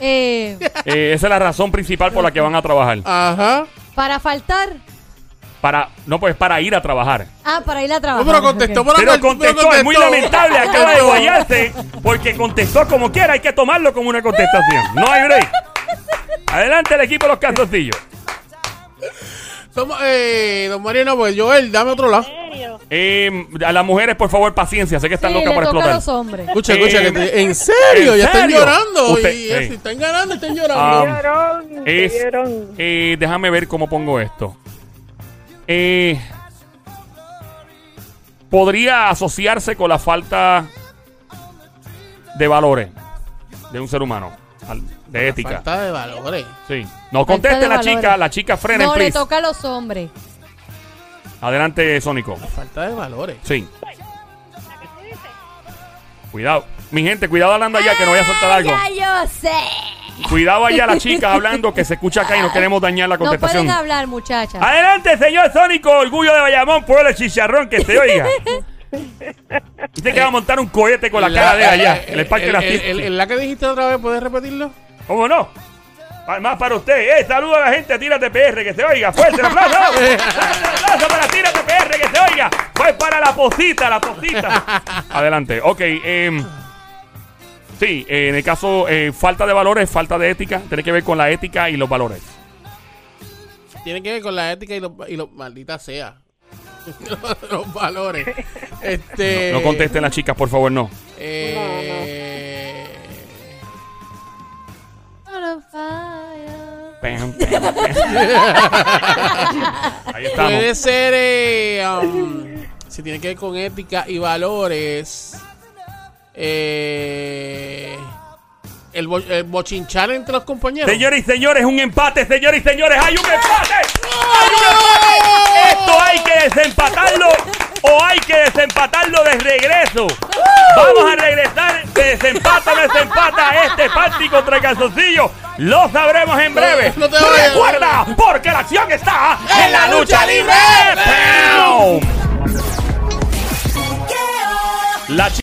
Speaker 2: eh,
Speaker 1: Eh, esa es la razón principal por la que van a trabajar.
Speaker 3: Ajá.
Speaker 2: para faltar.
Speaker 1: Para, no, pues para ir a trabajar.
Speaker 2: Ah, para ir a
Speaker 3: No,
Speaker 2: trabajar.
Speaker 3: pero contestó
Speaker 2: ok.
Speaker 3: por
Speaker 1: Pero contestó, es muy [LAUGHS] lamentable, acaba de guayarse, porque contestó como quiera, hay que tomarlo como una contestación. No hay break. Adelante el equipo de los calzoncillos.
Speaker 3: Somos, eh, don Mario, no, pues Joel, dame otro lado.
Speaker 4: serio?
Speaker 1: Eh, a las mujeres, por favor, paciencia. Sé que están
Speaker 2: Sí, le
Speaker 1: locas por
Speaker 2: toca a
Speaker 1: explotar.
Speaker 2: los hombres.
Speaker 3: Escucha,
Speaker 1: Eh,
Speaker 3: escucha, que te- en serio,
Speaker 1: ¿en
Speaker 3: ya están
Speaker 1: serio?
Speaker 3: llorando.
Speaker 1: Usted-
Speaker 3: y, eh,
Speaker 1: sí.
Speaker 3: si están ganando, están llorando.
Speaker 1: Ah,
Speaker 6: Vieron,
Speaker 1: es-
Speaker 6: vieron.
Speaker 1: eh, déjame ver cómo pongo esto. Eh, podría asociarse con la falta de valores de un ser humano, al- de ética.
Speaker 3: Falta de valores.
Speaker 1: Sí. No
Speaker 2: Falta de
Speaker 1: conteste la
Speaker 2: valores.
Speaker 1: chica, la chica frena,
Speaker 2: No, le
Speaker 1: please.
Speaker 2: toca a los hombres.
Speaker 1: Adelante, Sónico.
Speaker 3: Falta de valores.
Speaker 1: Sí. Cuidado. Mi gente, cuidado hablando allá que no voy a soltar algo.
Speaker 2: Ya yo sé.
Speaker 1: Cuidado allá la
Speaker 2: [LAUGHS]
Speaker 1: chica hablando que se escucha acá y no queremos dañar la
Speaker 2: No
Speaker 1: contestación.
Speaker 2: pueden hablar, muchachas.
Speaker 1: Adelante, señor Sónico, orgullo de Bayamón, pueblo de chicharrón, que se
Speaker 2: [LAUGHS]
Speaker 1: oiga. Dice que va a montar un cohete con la cara de allá, en el parque de la
Speaker 3: eh, el- el-
Speaker 1: fiesta.
Speaker 3: el- la que dijiste otra vez, ¿puedes repetirlo?
Speaker 1: ¿Cómo no? Pa- Más para usted. Eh, saluda a la gente, a tírate PR, que se oiga. Fuerte el aplauso. Fuerte el aplauso para tírate PR, que se oiga. Fue para la posita, la posita. Adelante. Ok, em, sí, eh, en el caso, eh, falta de valores, falta de ética, tiene que ver con la ética y los valores.
Speaker 3: Tiene que ver con la ética y los y lo, maldita sea. [LAUGHS] los valores. Este,
Speaker 1: No contesten las chicas, por favor, no.
Speaker 3: Eh,
Speaker 1: Pam, pam, pam. Ahí estamos.
Speaker 3: Puede ser. eh, um, si tiene que ver con ética y valores. eh, el, bo- el bochinchar entre los compañeros.
Speaker 1: Señores y señores, un empate, señores y señores, hay un empate. Hay un empate. Esto hay que desempatarlo o hay que desempatarlo de regreso. Vamos a regresar, se desempata o no desempata este party contra el calzoncillo. Lo sabremos en breve.
Speaker 3: No, no te vayas.
Speaker 1: Recuerda, porque la acción está en la lucha libre. ¡Pam! La chi-